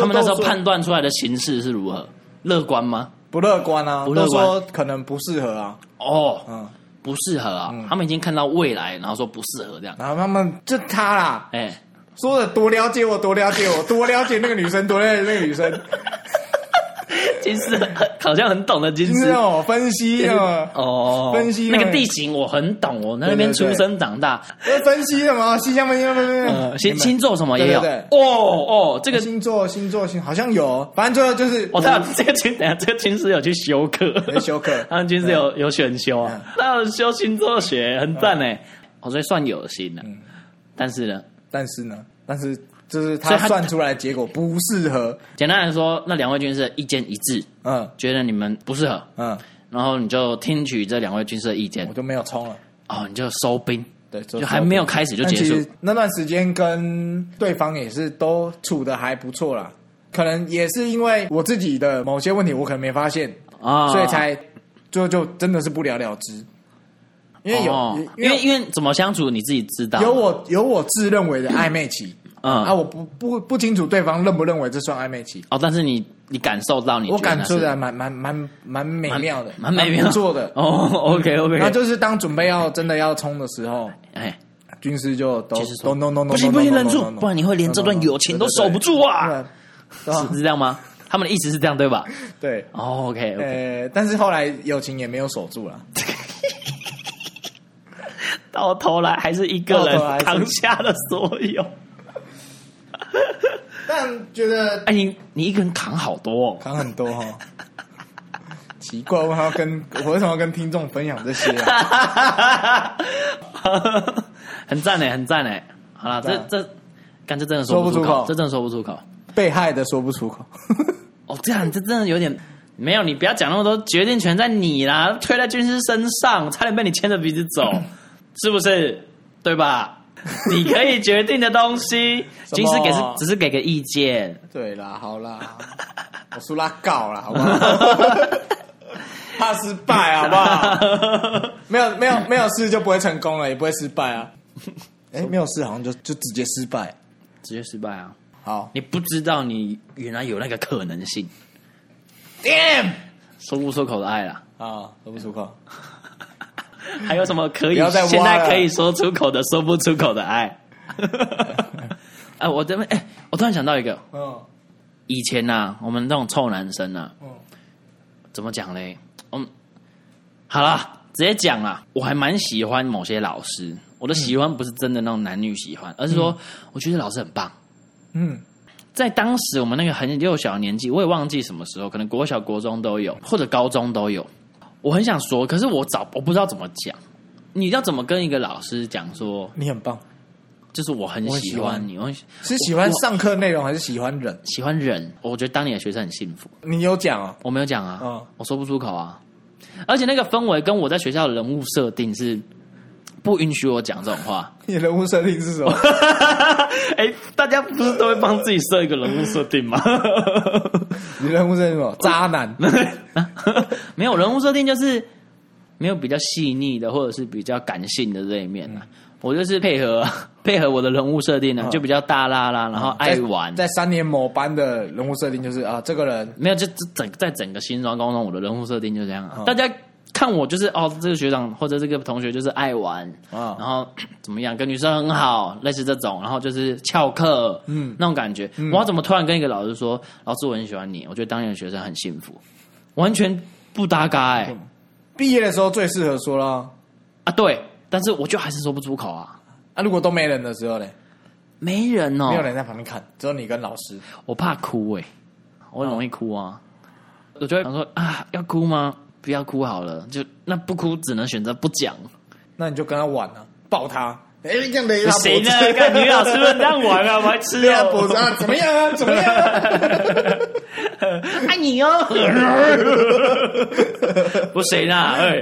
Speaker 1: 他们那时候
Speaker 2: 都说
Speaker 1: 判断出来的形势是如何？乐观吗？
Speaker 2: 不乐观啊，
Speaker 1: 不乐观
Speaker 2: 都说可能不适合啊，
Speaker 1: 哦，
Speaker 2: 嗯，
Speaker 1: 不适合啊！他们已经看到未来，然后说不适合这样。
Speaker 2: 然后他们就他啦，
Speaker 1: 哎、
Speaker 2: 说的多了解我，多了解我， 多了解那个女生，多了解那个 女生，
Speaker 1: 军师很好像很懂的军
Speaker 2: 你
Speaker 1: 师
Speaker 2: 知道我分 析啊，
Speaker 1: 哦，
Speaker 2: 分析
Speaker 1: 那
Speaker 2: 那
Speaker 1: 个
Speaker 2: 个
Speaker 1: 地形我很懂，我那边
Speaker 2: 对对
Speaker 1: 出
Speaker 2: 对
Speaker 1: 生长大。
Speaker 2: 分析什么星象分析，分析
Speaker 1: 呃，星星座什么也有。
Speaker 2: 对对
Speaker 1: 哦哦，这个
Speaker 2: 星座星座星好像有，反正最后就是嗯
Speaker 1: 我知道这个军，等下 这个军师有去修课，
Speaker 2: 有修课
Speaker 1: 他们军师有有选修啊，他有修星座学，很赞哎。
Speaker 2: 嗯
Speaker 1: 我所以算有心的，但是呢，
Speaker 2: 但是呢，但是就是
Speaker 1: 所
Speaker 2: 他
Speaker 1: 以他
Speaker 2: 算出来的结果不适合，
Speaker 1: 简单来说，那两位军师的意见一致，
Speaker 2: 嗯
Speaker 1: 觉得你们不适合，
Speaker 2: 嗯，
Speaker 1: 然后你就听取这两位军师的意见
Speaker 2: 我，就没有冲了。
Speaker 1: 哦，你就收兵，
Speaker 2: 对，就
Speaker 1: 就还没有开始就
Speaker 2: 但
Speaker 1: 结
Speaker 2: 其
Speaker 1: 束
Speaker 2: 实，那段时间跟对方也是都处的还不错啦，可能也是因为我自己的某些问题，我可能没发现，
Speaker 1: 啊，
Speaker 2: 所以才最后就真的是不了了之。因为有，
Speaker 1: 哦
Speaker 2: 因
Speaker 1: 因为
Speaker 2: 为
Speaker 1: 因为怎么相处你自己知道，
Speaker 2: 有我有我自认为的暧昧期、啊，
Speaker 1: 嗯
Speaker 2: 我不不不清楚对方认不认为这算暧昧期，
Speaker 1: 哦，但是你你感受到你
Speaker 2: 我
Speaker 1: 觉得
Speaker 2: 感
Speaker 1: 那
Speaker 2: 受
Speaker 1: 是
Speaker 2: 的蛮蛮蛮蛮美妙的，
Speaker 1: 蛮美妙
Speaker 2: 不错的。
Speaker 1: 哦，OK
Speaker 2: 然
Speaker 1: OK，
Speaker 2: 后就是当准备要真的要冲的时候，
Speaker 1: 哎。
Speaker 2: 军师就都
Speaker 1: 就是说
Speaker 2: 都 no no no，
Speaker 1: 不行不行，忍住，不然你会连这段友情都守不住啊！
Speaker 2: 啊。对
Speaker 1: 是是这样吗？他们的意思是这样对吧？
Speaker 2: 对，
Speaker 1: 哦，OK，OK，
Speaker 2: 呃，但是后来友情也没有守住了，
Speaker 1: 到头来还是一个
Speaker 2: 到头来还
Speaker 1: 人
Speaker 2: 是
Speaker 1: 扛下了所有。
Speaker 2: 但觉得
Speaker 1: 哎，你你一个人扛好多哦，
Speaker 2: 扛很多哦。奇怪，我还要跟我为什么要跟听众分享这些啊？
Speaker 1: 很赞呢，很赞呢。欸好了，这
Speaker 2: 赞
Speaker 1: 这，干这真的说不出
Speaker 2: 啊说不出口
Speaker 1: 口，这真的说不出口。
Speaker 2: 被害的说不出口。
Speaker 1: 哦，这样这真的有点没有，你不要讲那么多，决定权在你啦，推在军师身上，差点被你牵着鼻子 走，是不是？对吧？你可以决定的东西，
Speaker 2: 什么
Speaker 1: 军师给是只是给个意见，
Speaker 2: 对啦，好 啦，我输拉告啦，好不 好？怕失败，啊好不好？没有没有没有事就不会成功了，也不会失败啊。 哎、没有事好像就就直接失败。
Speaker 1: 直接失败啊！
Speaker 2: 好
Speaker 1: 你不知道你原来有那个可能性，
Speaker 2: ，damn
Speaker 1: 说不出口的爱啦。
Speaker 2: 啊，说不出口。
Speaker 1: 还有什么可以
Speaker 2: 不要再挖了
Speaker 1: 现在可以说出口的、说不出口的爱？ 哎，我这边哎，我突然想到一个，
Speaker 2: 嗯
Speaker 1: 以前呐、我们那种臭男生啊呐、
Speaker 2: 嗯
Speaker 1: 怎么讲嘞？嗯，好啦，直接讲啦。我还蛮喜欢某些老师，我的喜欢不是真的那种男女喜欢，而是说我觉得老师很棒。
Speaker 2: 嗯，
Speaker 1: 在当时我们那个很幼小的年纪，我也忘记什么时候，可能国小、国中都有，或者高中都有。我很想说，可是我找我不知道怎么讲。你要怎么跟一个老师讲说，
Speaker 2: 你很棒。
Speaker 1: 就是我很
Speaker 2: 我很喜
Speaker 1: 喜欢你，我很喜
Speaker 2: 是喜欢上课内容还是喜欢人？
Speaker 1: 喜欢人，我觉得当你的学生很幸福。
Speaker 2: 你有讲哦。
Speaker 1: 我没有讲啊，
Speaker 2: 嗯
Speaker 1: 我说不出口啊。而且那个氛围跟我在学校的人物设定是不允许我讲这种话。
Speaker 2: 你人物设定是 什么？
Speaker 1: 哎、大家不是都会帮自己设一个人物设定吗？
Speaker 2: 你人物设定是什么？渣男。
Speaker 1: 没有人物设定就是没有比较细腻的，或者是比较感性的这一面
Speaker 2: 嗯
Speaker 1: 啊。我就是配合 配合我的人物设定啊呢、就比较大啦啦，然后爱玩。
Speaker 2: 嗯在在三年某班的人物设定就是啊，这个人
Speaker 1: 没有，就就整在整个新庄高中，我的人物设定就这样、啊。
Speaker 2: 嗯
Speaker 1: 大家看我就是哦，这个学长或者这个同学就是爱玩，
Speaker 2: 啊
Speaker 1: 然后怎么样，跟女生很好，类似这种，然后就是翘课，嗯，那种感觉。我要怎么突然跟一个老师说，老师我很喜欢你，我觉得当年的学生很幸福，完全不搭嘎哎、
Speaker 2: 毕业的时候最适合说了
Speaker 1: 啊，对，但是我就还是说不出口啊，
Speaker 2: 啊。如果都没人的时候嘞，
Speaker 1: 没人哦，
Speaker 2: 没有人在旁边看，只有你跟老师。
Speaker 1: 我怕哭哎、我很容易哭啊，我就会想说啊，要哭吗？不要哭好了，就那不哭只能选择不讲。
Speaker 2: 那你就跟他玩啊，抱他。哎，这样勒他脖子，
Speaker 1: 谁呢？看女老师们这样玩啊，我还吃
Speaker 2: 勒他
Speaker 1: 啊，
Speaker 2: 脖子啊？怎么样 啊？怎么样啊？
Speaker 1: 爱你 哦。不谁呢？
Speaker 2: 啊
Speaker 1: 哎，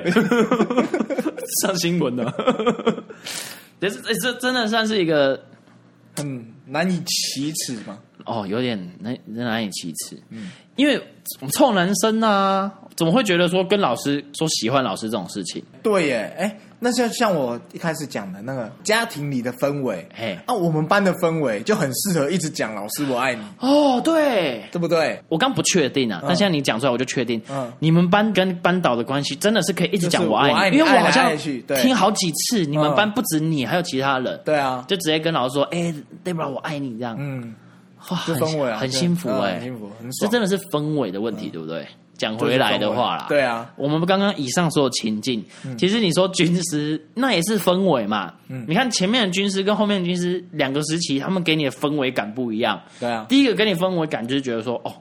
Speaker 1: 上新闻了。这是哎这真的算是一个
Speaker 2: 很难以启齿嘛。
Speaker 1: 哦，有点难难以启齿。嗯，因为我们臭男生啊，怎么会觉得说跟老师说喜欢老师这种事情？
Speaker 2: 对耶，哎，那就像我一开始讲的那个家庭里的氛围，
Speaker 1: 嘿
Speaker 2: 啊，我们班的氛围就很适合一直讲老师我爱你，
Speaker 1: 哦，对，
Speaker 2: 对不对？
Speaker 1: 我刚不确定啊，但现在你讲出来我就确定。
Speaker 2: 嗯
Speaker 1: 你们班跟班导的关系真的是可以一直讲
Speaker 2: 就是
Speaker 1: 我
Speaker 2: 我爱
Speaker 1: 爱
Speaker 2: 你
Speaker 1: 因为
Speaker 2: 爱
Speaker 1: 我
Speaker 2: 来
Speaker 1: 好像
Speaker 2: 爱去对
Speaker 1: 听好几次，你们
Speaker 2: 嗯
Speaker 1: 班不止你，还有其他人，
Speaker 2: 对啊，
Speaker 1: 就直接跟老师说：“哎，Debra，我爱你。”这样，
Speaker 2: 嗯，
Speaker 1: 哇，
Speaker 2: 这氛围啊
Speaker 1: 很
Speaker 2: 嗯
Speaker 1: 很
Speaker 2: 对
Speaker 1: 幸福
Speaker 2: 嗯
Speaker 1: 哎，
Speaker 2: 很幸福，很
Speaker 1: 这
Speaker 2: 爽。
Speaker 1: 真的是氛围的问题，对不对？讲回来的话啦，
Speaker 2: 对嗯啊，
Speaker 1: 我们刚刚以上所有情境，其实你说军师那也是氛围嘛。
Speaker 2: 嗯
Speaker 1: 你看前面的军师跟后面的军师两个时期，他们给你的氛围感不一样。
Speaker 2: 对啊，
Speaker 1: 第一个给你氛围感就是觉得说，哦，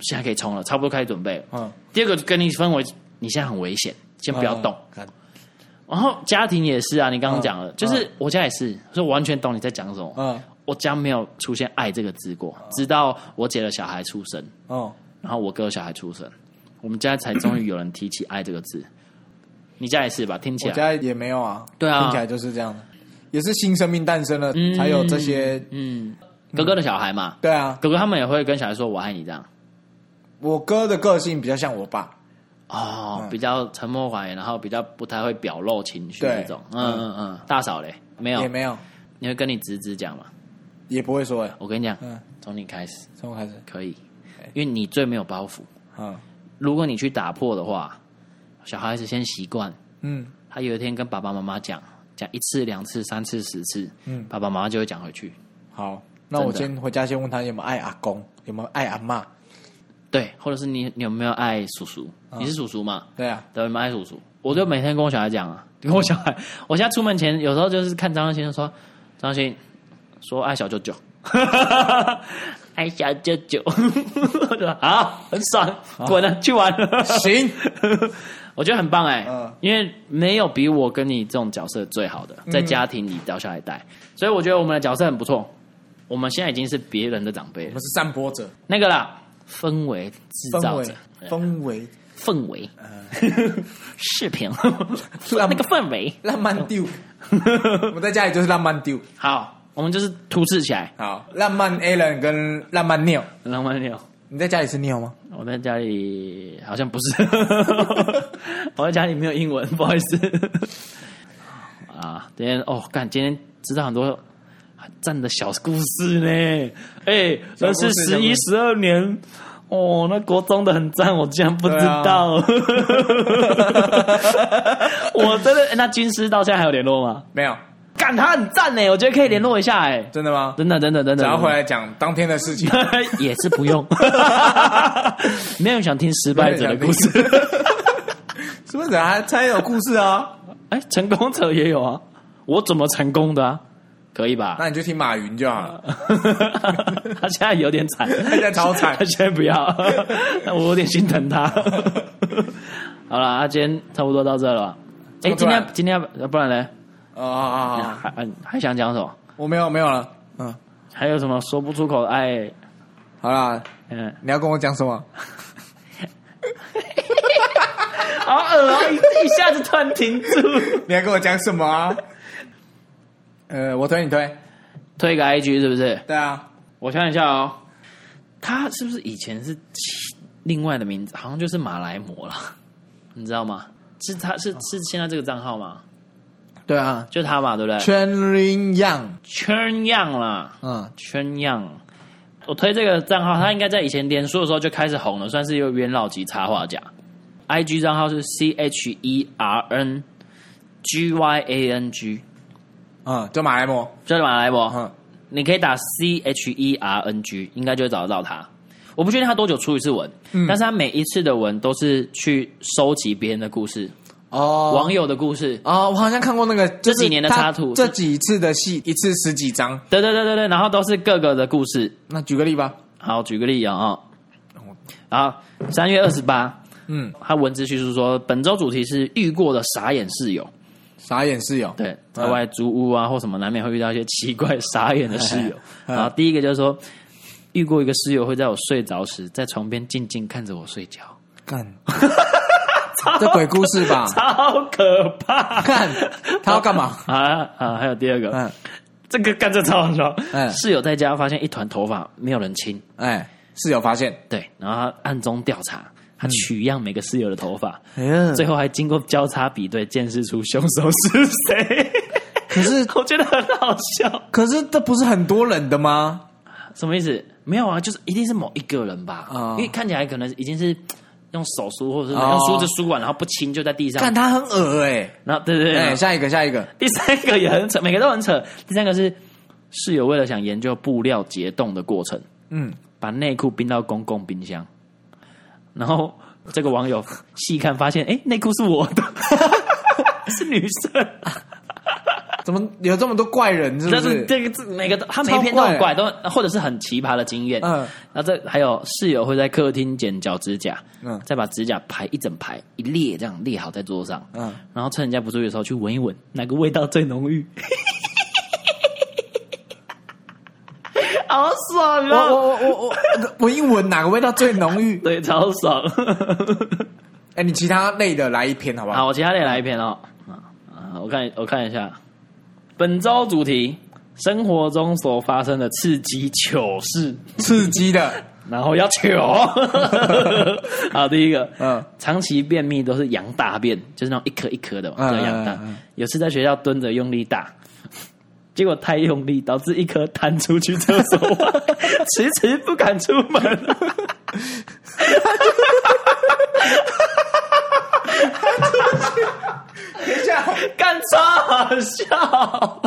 Speaker 1: 现在可以冲了，差不多开始准备了。
Speaker 2: 嗯，
Speaker 1: 第二个跟你氛围，你现在很危险，先不要动。
Speaker 2: 嗯。
Speaker 1: 然后家庭也是啊，你刚刚讲了，
Speaker 2: 嗯
Speaker 1: 就是我家也是，所以我完全懂你在讲什么。
Speaker 2: 嗯，
Speaker 1: 我家没有出现爱这个字过，直到我姐的小孩出生，
Speaker 2: 哦，
Speaker 1: 然后我哥的小孩出生，我们家才终于有人提起爱这个字。你家也是吧？听起
Speaker 2: 我
Speaker 1: 来
Speaker 2: 家也没有啊，
Speaker 1: 对啊
Speaker 2: 听起来就是这样的，也是新生命诞生了才有这些，
Speaker 1: 嗯，哥哥的小孩嘛，
Speaker 2: 对啊，
Speaker 1: 哥哥他们也会跟小孩说“我爱你”这样。
Speaker 2: 我哥的个性比较像我爸，
Speaker 1: 哦，
Speaker 2: 嗯
Speaker 1: 比较沉默寡言，然后比较不太会表露情绪
Speaker 2: 对
Speaker 1: 这种。嗯嗯嗯，大嫂嘞，没有
Speaker 2: 也，没有，
Speaker 1: 你会跟你侄子讲吗？
Speaker 2: 也不会说哎，
Speaker 1: 我跟你讲，
Speaker 2: 嗯，
Speaker 1: 从你开始
Speaker 2: 从我开始，
Speaker 1: 可以，因为你最没有包袱。
Speaker 2: 嗯
Speaker 1: 如果你去打破的话，小孩子先习惯，
Speaker 2: 嗯，
Speaker 1: 他有一天跟爸爸妈妈讲，讲一次、两次、三次、十次，
Speaker 2: 嗯
Speaker 1: 爸爸妈妈就会讲回去。
Speaker 2: 好，那我
Speaker 1: 真的
Speaker 2: 先回家先问他有没有爱阿公，有没有爱阿妈，
Speaker 1: 对，或者是你你有没有爱叔叔？你是叔叔吗？
Speaker 2: 对 啊，
Speaker 1: 对，有没有爱叔叔？我就每天跟我小孩讲啊， 跟我小孩，我现在出门前有时候就是看张张先生说，张欣说爱小舅 舅，爱小舅舅， 我就说好，很爽，滚了，去玩。
Speaker 2: 行，
Speaker 1: 我觉得很棒哎、
Speaker 2: 嗯
Speaker 1: 因为没有比我跟你这种角色最好的，在家庭里掉下来带，所以我觉得我们的角色很不错。我们现在已经是别人的长辈
Speaker 2: 我
Speaker 1: 了
Speaker 2: 们，是散播者，
Speaker 1: 那个啦，氛围制
Speaker 2: 氛
Speaker 1: 造
Speaker 2: 围嗯
Speaker 1: 者，啊
Speaker 2: 氛围，
Speaker 1: 氛围， 视频，
Speaker 2: 浪
Speaker 1: 那个氛围，
Speaker 2: 浪漫丢，我们在家里就是浪漫丢，
Speaker 1: 好，我们就是突刺起来，
Speaker 2: 好，浪漫 Alan 跟浪漫 Neil，
Speaker 1: 浪漫六。
Speaker 2: 你在家里是 Neil 吗？
Speaker 1: 我在家里好像不 是，我在家里没有英文，不好意思。啊，今天哦，干，今天知道很多赞的小故事呢。哎、那是
Speaker 2: 小
Speaker 1: 十
Speaker 2: 故
Speaker 1: 一、
Speaker 2: 事
Speaker 1: 十二年哦，那国中的很赞，我竟然不知道。
Speaker 2: 啊
Speaker 1: 我真的、哎那军师到现在还有联络吗？
Speaker 2: 没有，
Speaker 1: 干，他很赞呢，我觉得可以联络一下哎。
Speaker 2: 真的吗？
Speaker 1: 真的，真的，真的。
Speaker 2: 然后回来讲当天的事情，
Speaker 1: 也是不用，没有人想听失败者的故事。
Speaker 2: 是不是？还才有故事啊？
Speaker 1: 哎，成功者也有啊，我怎么成功的、啊？可以 吧？
Speaker 2: 那你就听马云就好了。
Speaker 1: 他现在有点惨，
Speaker 2: 他现在超惨
Speaker 1: 他现在 不要，我有点心疼他。好了，那今天差不多到这了吧。哎，
Speaker 2: 这
Speaker 1: 今
Speaker 2: 么突
Speaker 1: 天
Speaker 2: 然
Speaker 1: 今天要不然嘞，
Speaker 2: 哦哦哦，
Speaker 1: 还还想讲什么？
Speaker 2: 我没有没有了。嗯，
Speaker 1: 还有什么说不出口的爱？
Speaker 2: 好啦，
Speaker 1: 嗯，
Speaker 2: 你要跟我讲什么？
Speaker 1: 好恶啊！一一下子突然停 住，
Speaker 2: 你要跟我讲什么啊？呃，我推你推，
Speaker 1: 推个 IG 是不是？
Speaker 2: 对啊，
Speaker 1: 我想一下哦，他是不是以前是其另外的名字？好像就是马来模了，你知道吗？是他是是现在这个账号吗？
Speaker 2: 对啊，
Speaker 1: 就他嘛，对不对？
Speaker 2: 圈林 Young，
Speaker 1: 圈样啦，
Speaker 2: 嗯，
Speaker 1: 圈样。我推这个账号，他应该在以前连书的时候就开始红了，算是一个元老级插画家。I G 账号是 C H E R N G Y A N G，
Speaker 2: 嗯，就马来模，
Speaker 1: 就是马来模。
Speaker 2: 嗯，
Speaker 1: 你可以打 C H E R N G，应该就会找得到他。我不确定他多久出一次文，
Speaker 2: 嗯
Speaker 1: 但是他每一次的文都是去收集别人的故事、
Speaker 2: 哦，
Speaker 1: 网友的故事。
Speaker 2: 哦，我好像看过那个这
Speaker 1: 这几年的插图
Speaker 2: 这几次的戏一次十几张，
Speaker 1: 对对对对对，然后都是各个的故事。
Speaker 2: 那举个例吧，
Speaker 1: 好，举个例啊、哦，然后三月二十八，
Speaker 2: 嗯，
Speaker 1: 他文字叙述说，本周主题是遇过的傻眼室友。
Speaker 2: 傻眼室友，
Speaker 1: 对，在外租屋啊或什么，难免会遇到一些奇怪傻眼的室友。
Speaker 2: 嗯
Speaker 1: 然后第一个就是说，遇过一个室友会在我睡着时，在床边静静看着我睡觉。
Speaker 2: 干，这鬼故事 吧，
Speaker 1: 超可怕！
Speaker 2: 干，他要干嘛？
Speaker 1: 啊啊！还有第二个，
Speaker 2: 嗯，
Speaker 1: 这个干这超好笑。
Speaker 2: 嗯
Speaker 1: 室友在家发现一团头发没有人清，
Speaker 2: 哎，室友发现，
Speaker 1: 对，然后他暗中调查，
Speaker 2: 嗯
Speaker 1: 他取样每个室友的头发，
Speaker 2: 哎呀
Speaker 1: 最后还经过交叉比对，鉴识出凶手是谁。
Speaker 2: 可是
Speaker 1: 我觉得很好笑，
Speaker 2: 可是这不是很多人的吗？
Speaker 1: 什么意思？没有啊，就是一定是某一个人吧，
Speaker 2: 啊
Speaker 1: 因为看起来可能已经是用手梳，或者是
Speaker 2: 哦
Speaker 1: 用梳子梳完，然后不清就在地上
Speaker 2: 看。他很恶哎、
Speaker 1: 然后对对对，
Speaker 2: 哎、下一个下一个，
Speaker 1: 第三个也很扯，每个都很扯。第三个是室友为了想研究布料解冻的过程，
Speaker 2: 嗯，
Speaker 1: 把内裤冰到公共冰箱，然后这个网友细看发现，哎，内裤是我的， 是女生。
Speaker 2: 怎么有这么多怪人？是不
Speaker 1: 但
Speaker 2: 是？
Speaker 1: 是这个这每个都，他每一篇都很怪，都很或者是很奇葩的经验。
Speaker 2: 嗯
Speaker 1: 然后这还有室友会在客厅剪脚指甲，
Speaker 2: 嗯
Speaker 1: 再把指甲排一整排一列这样列好在桌上，
Speaker 2: 嗯，
Speaker 1: 然后趁人家不注意的时候去闻一闻哪个味道最浓郁，好爽
Speaker 2: 我
Speaker 1: 啊！
Speaker 2: 我我我我闻一闻哪个味道最浓郁？
Speaker 1: 对，超爽。
Speaker 2: 哎、你其他类的来一篇好不好？
Speaker 1: 好，我其他也来一篇哦。啊，啊我看我看一下，本周主题：生活中所发生的刺激糗事。
Speaker 2: 刺激的，
Speaker 1: 然后要求。 好，第一个，
Speaker 2: 嗯
Speaker 1: 长期便秘都是羊大便，就是那种一颗一颗的嘛，
Speaker 2: 嗯
Speaker 1: 叫羊大
Speaker 2: 嗯嗯嗯。
Speaker 1: 有次在学校蹲着用力大， 结果太用力导致一颗弹出去厕所 外，迟迟不敢出门。
Speaker 2: 等一下，
Speaker 1: 干超好笑。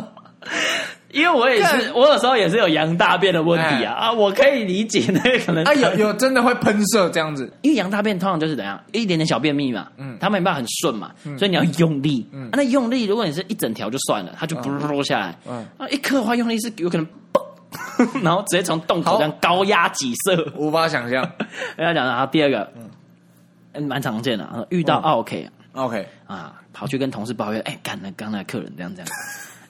Speaker 1: 因为我也是，我有时候也是有羊大便的问题啊、啊，我可以理解那个可能
Speaker 2: 哎啊，有有真的会喷射这样子，
Speaker 1: 因为羊大便通常就是怎样，一点点小便秘嘛，嗯，它没办法很顺嘛，所以你要用力，嗯，那用力如果你是一整条就算了，它就不落下来，嗯
Speaker 2: 嗯，
Speaker 1: 啊，一颗的话用力是有可能 嘣，然后直接从洞口这样高压挤射。
Speaker 2: 无法想象。
Speaker 1: 跟 他讲的，然后第二个，嗯，蛮常见的啊，遇到 OK
Speaker 2: OK，
Speaker 1: 啊，跑去跟同事抱怨，哎，干了刚才客人这样这样。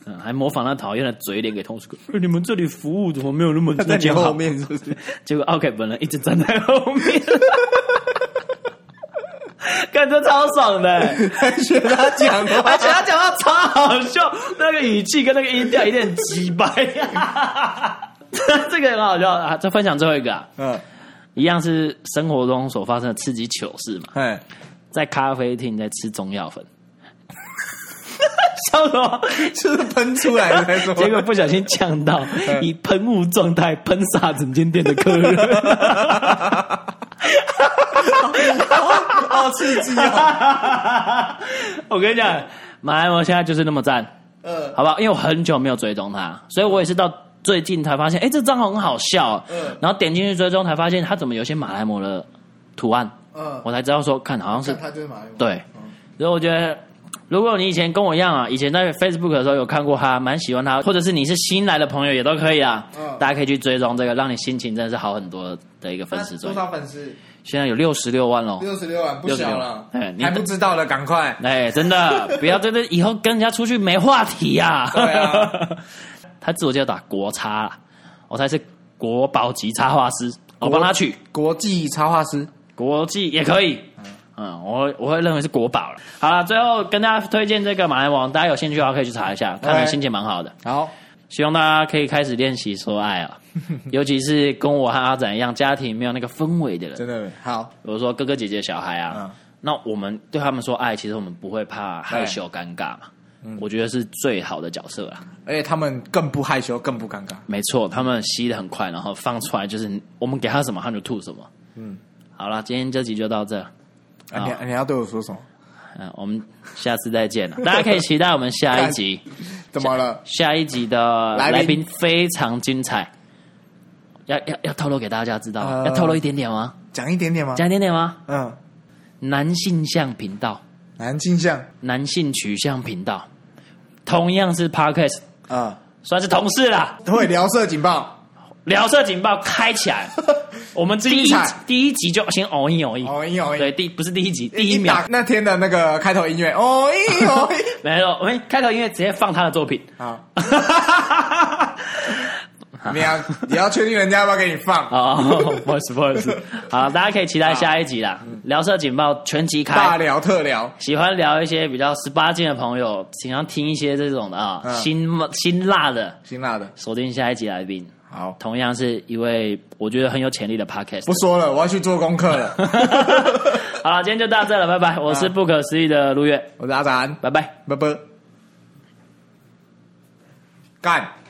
Speaker 1: 嗯，还模仿那讨厌的嘴脸给同事说：“哎你们这里服务怎么没有那么那 么好
Speaker 2: 面是不是？
Speaker 1: 结果 OK 本人一直站在后面， 感觉超爽的、
Speaker 2: 还学他讲
Speaker 1: 而
Speaker 2: 话，
Speaker 1: 且他讲话超好笑，那个语气跟那个音调有点鸡掰、 这个很好笑啊！再分享最后一个、啊，
Speaker 2: 嗯，
Speaker 1: 一样是生活中所发生的刺激糗事嘛，
Speaker 2: 哎，
Speaker 1: 在咖啡厅在吃中药粉， 笑什么？
Speaker 2: 就是喷出来的那 种。
Speaker 1: 结果不小心呛到，
Speaker 2: 嗯
Speaker 1: 以喷雾状态喷洒整间店的客人。
Speaker 2: 好刺激哦啊！
Speaker 1: 我跟你讲，马来模现在就是那么赞，
Speaker 2: 嗯
Speaker 1: 好不好？因为我很久没有追踪他，所以我也是到最近才发现，哎、这账号很好笑、哦
Speaker 2: 嗯
Speaker 1: 然后点进去追踪才发现他怎么有些马来模的图案，
Speaker 2: 嗯，
Speaker 1: 我才知道说，看好像是
Speaker 2: 他就是马来文。
Speaker 1: 对，所以我觉得。如果你以前跟我一样啊，以前在 Facebook 的时候有看过他，蛮喜欢他，或者是你是新来的朋友也都可以啊，
Speaker 2: 嗯
Speaker 1: 大家可以去追踪这个，让你心情真的是好很多的一个粉丝专
Speaker 2: 多
Speaker 1: 页。
Speaker 2: 少粉丝？
Speaker 1: 现在有六十六万喽，
Speaker 2: 六十啊六万，不小了
Speaker 1: 66哎。你
Speaker 2: 还不知道的，赶快。
Speaker 1: 哎，真的，不要真的以后跟人家出去没话题呀、
Speaker 2: 对啊
Speaker 1: 他自我介绍打国差啦，我猜是国宝级插画师，我帮他取
Speaker 2: 国际插画师，
Speaker 1: 国际也可以。嗯，我我会认为是国宝了。好了，最后跟大家推荐这个马来网，大家有兴趣的话可以去查一下，看了
Speaker 2: OK
Speaker 1: 心情蛮好的。
Speaker 2: 好，
Speaker 1: 希望大家可以开始练习说爱 啊，尤其是跟我和阿展一样，家庭没有那个氛围的人，
Speaker 2: 真的好，
Speaker 1: 比如说哥哥姐姐小孩啊，
Speaker 2: 嗯
Speaker 1: 那我们对他们说爱，其实我们不会怕害羞尴尬嘛。
Speaker 2: 嗯
Speaker 1: 我觉得是最好的角色啦，
Speaker 2: 而哎且他们更不害羞，更不尴尬。
Speaker 1: 没错，他们吸的很快，然后放出来就是我们给他什么，他就吐什么。嗯
Speaker 2: 嗯，
Speaker 1: 好了，今天这集就到这，
Speaker 2: 啊你你要对我说什么？
Speaker 1: 嗯，我们下次再见了， 大家可以期待我们下一 集，
Speaker 2: 怎么了？
Speaker 1: 下一集的
Speaker 2: 来宾
Speaker 1: 来宾非常精彩，要要要透露给大家知道吗，
Speaker 2: 呃
Speaker 1: 要透露一点点吗？
Speaker 2: 讲一点点吗？
Speaker 1: 讲一点点吗？
Speaker 2: 嗯，
Speaker 1: 男性向频道。
Speaker 2: 男镜像
Speaker 1: 男性取向频道，同样是 Podcast，
Speaker 2: 啊，
Speaker 1: 算是同事啦。
Speaker 2: 会聊色警 报。
Speaker 1: 聊色警报开起 来，我们第一
Speaker 2: 精彩
Speaker 1: 第一集就先偶一偶一，
Speaker 2: 哦一哦一，
Speaker 1: 对，第不是第一集，第一
Speaker 2: 一
Speaker 1: 秒
Speaker 2: 打，那天的那个开头音乐，哦一哦一，
Speaker 1: 没有，我们开头音乐直接放他的作品。
Speaker 2: 好，你要 你要确定人家要不要给你放，
Speaker 1: 哦，不好意思，不好意思，好，大家可以期待下一集啦。聊色警报全集
Speaker 2: 嗯大
Speaker 1: 开。
Speaker 2: 聊特聊，
Speaker 1: 喜欢聊一些比较十八禁的朋友，喜欢听一些这种的啊，
Speaker 2: 嗯
Speaker 1: 辛辛辣的，
Speaker 2: 辛辣的，
Speaker 1: 锁定下一集来宾，
Speaker 2: 好，
Speaker 1: 同样是一位我觉得很有潜力的 podcast
Speaker 2: 不。说了，我要去做功课 了。
Speaker 1: 好了，今天就到这了，拜拜。我是不可思议的陆月，
Speaker 2: 我是阿展，
Speaker 1: 拜拜。
Speaker 2: 拜拜，干。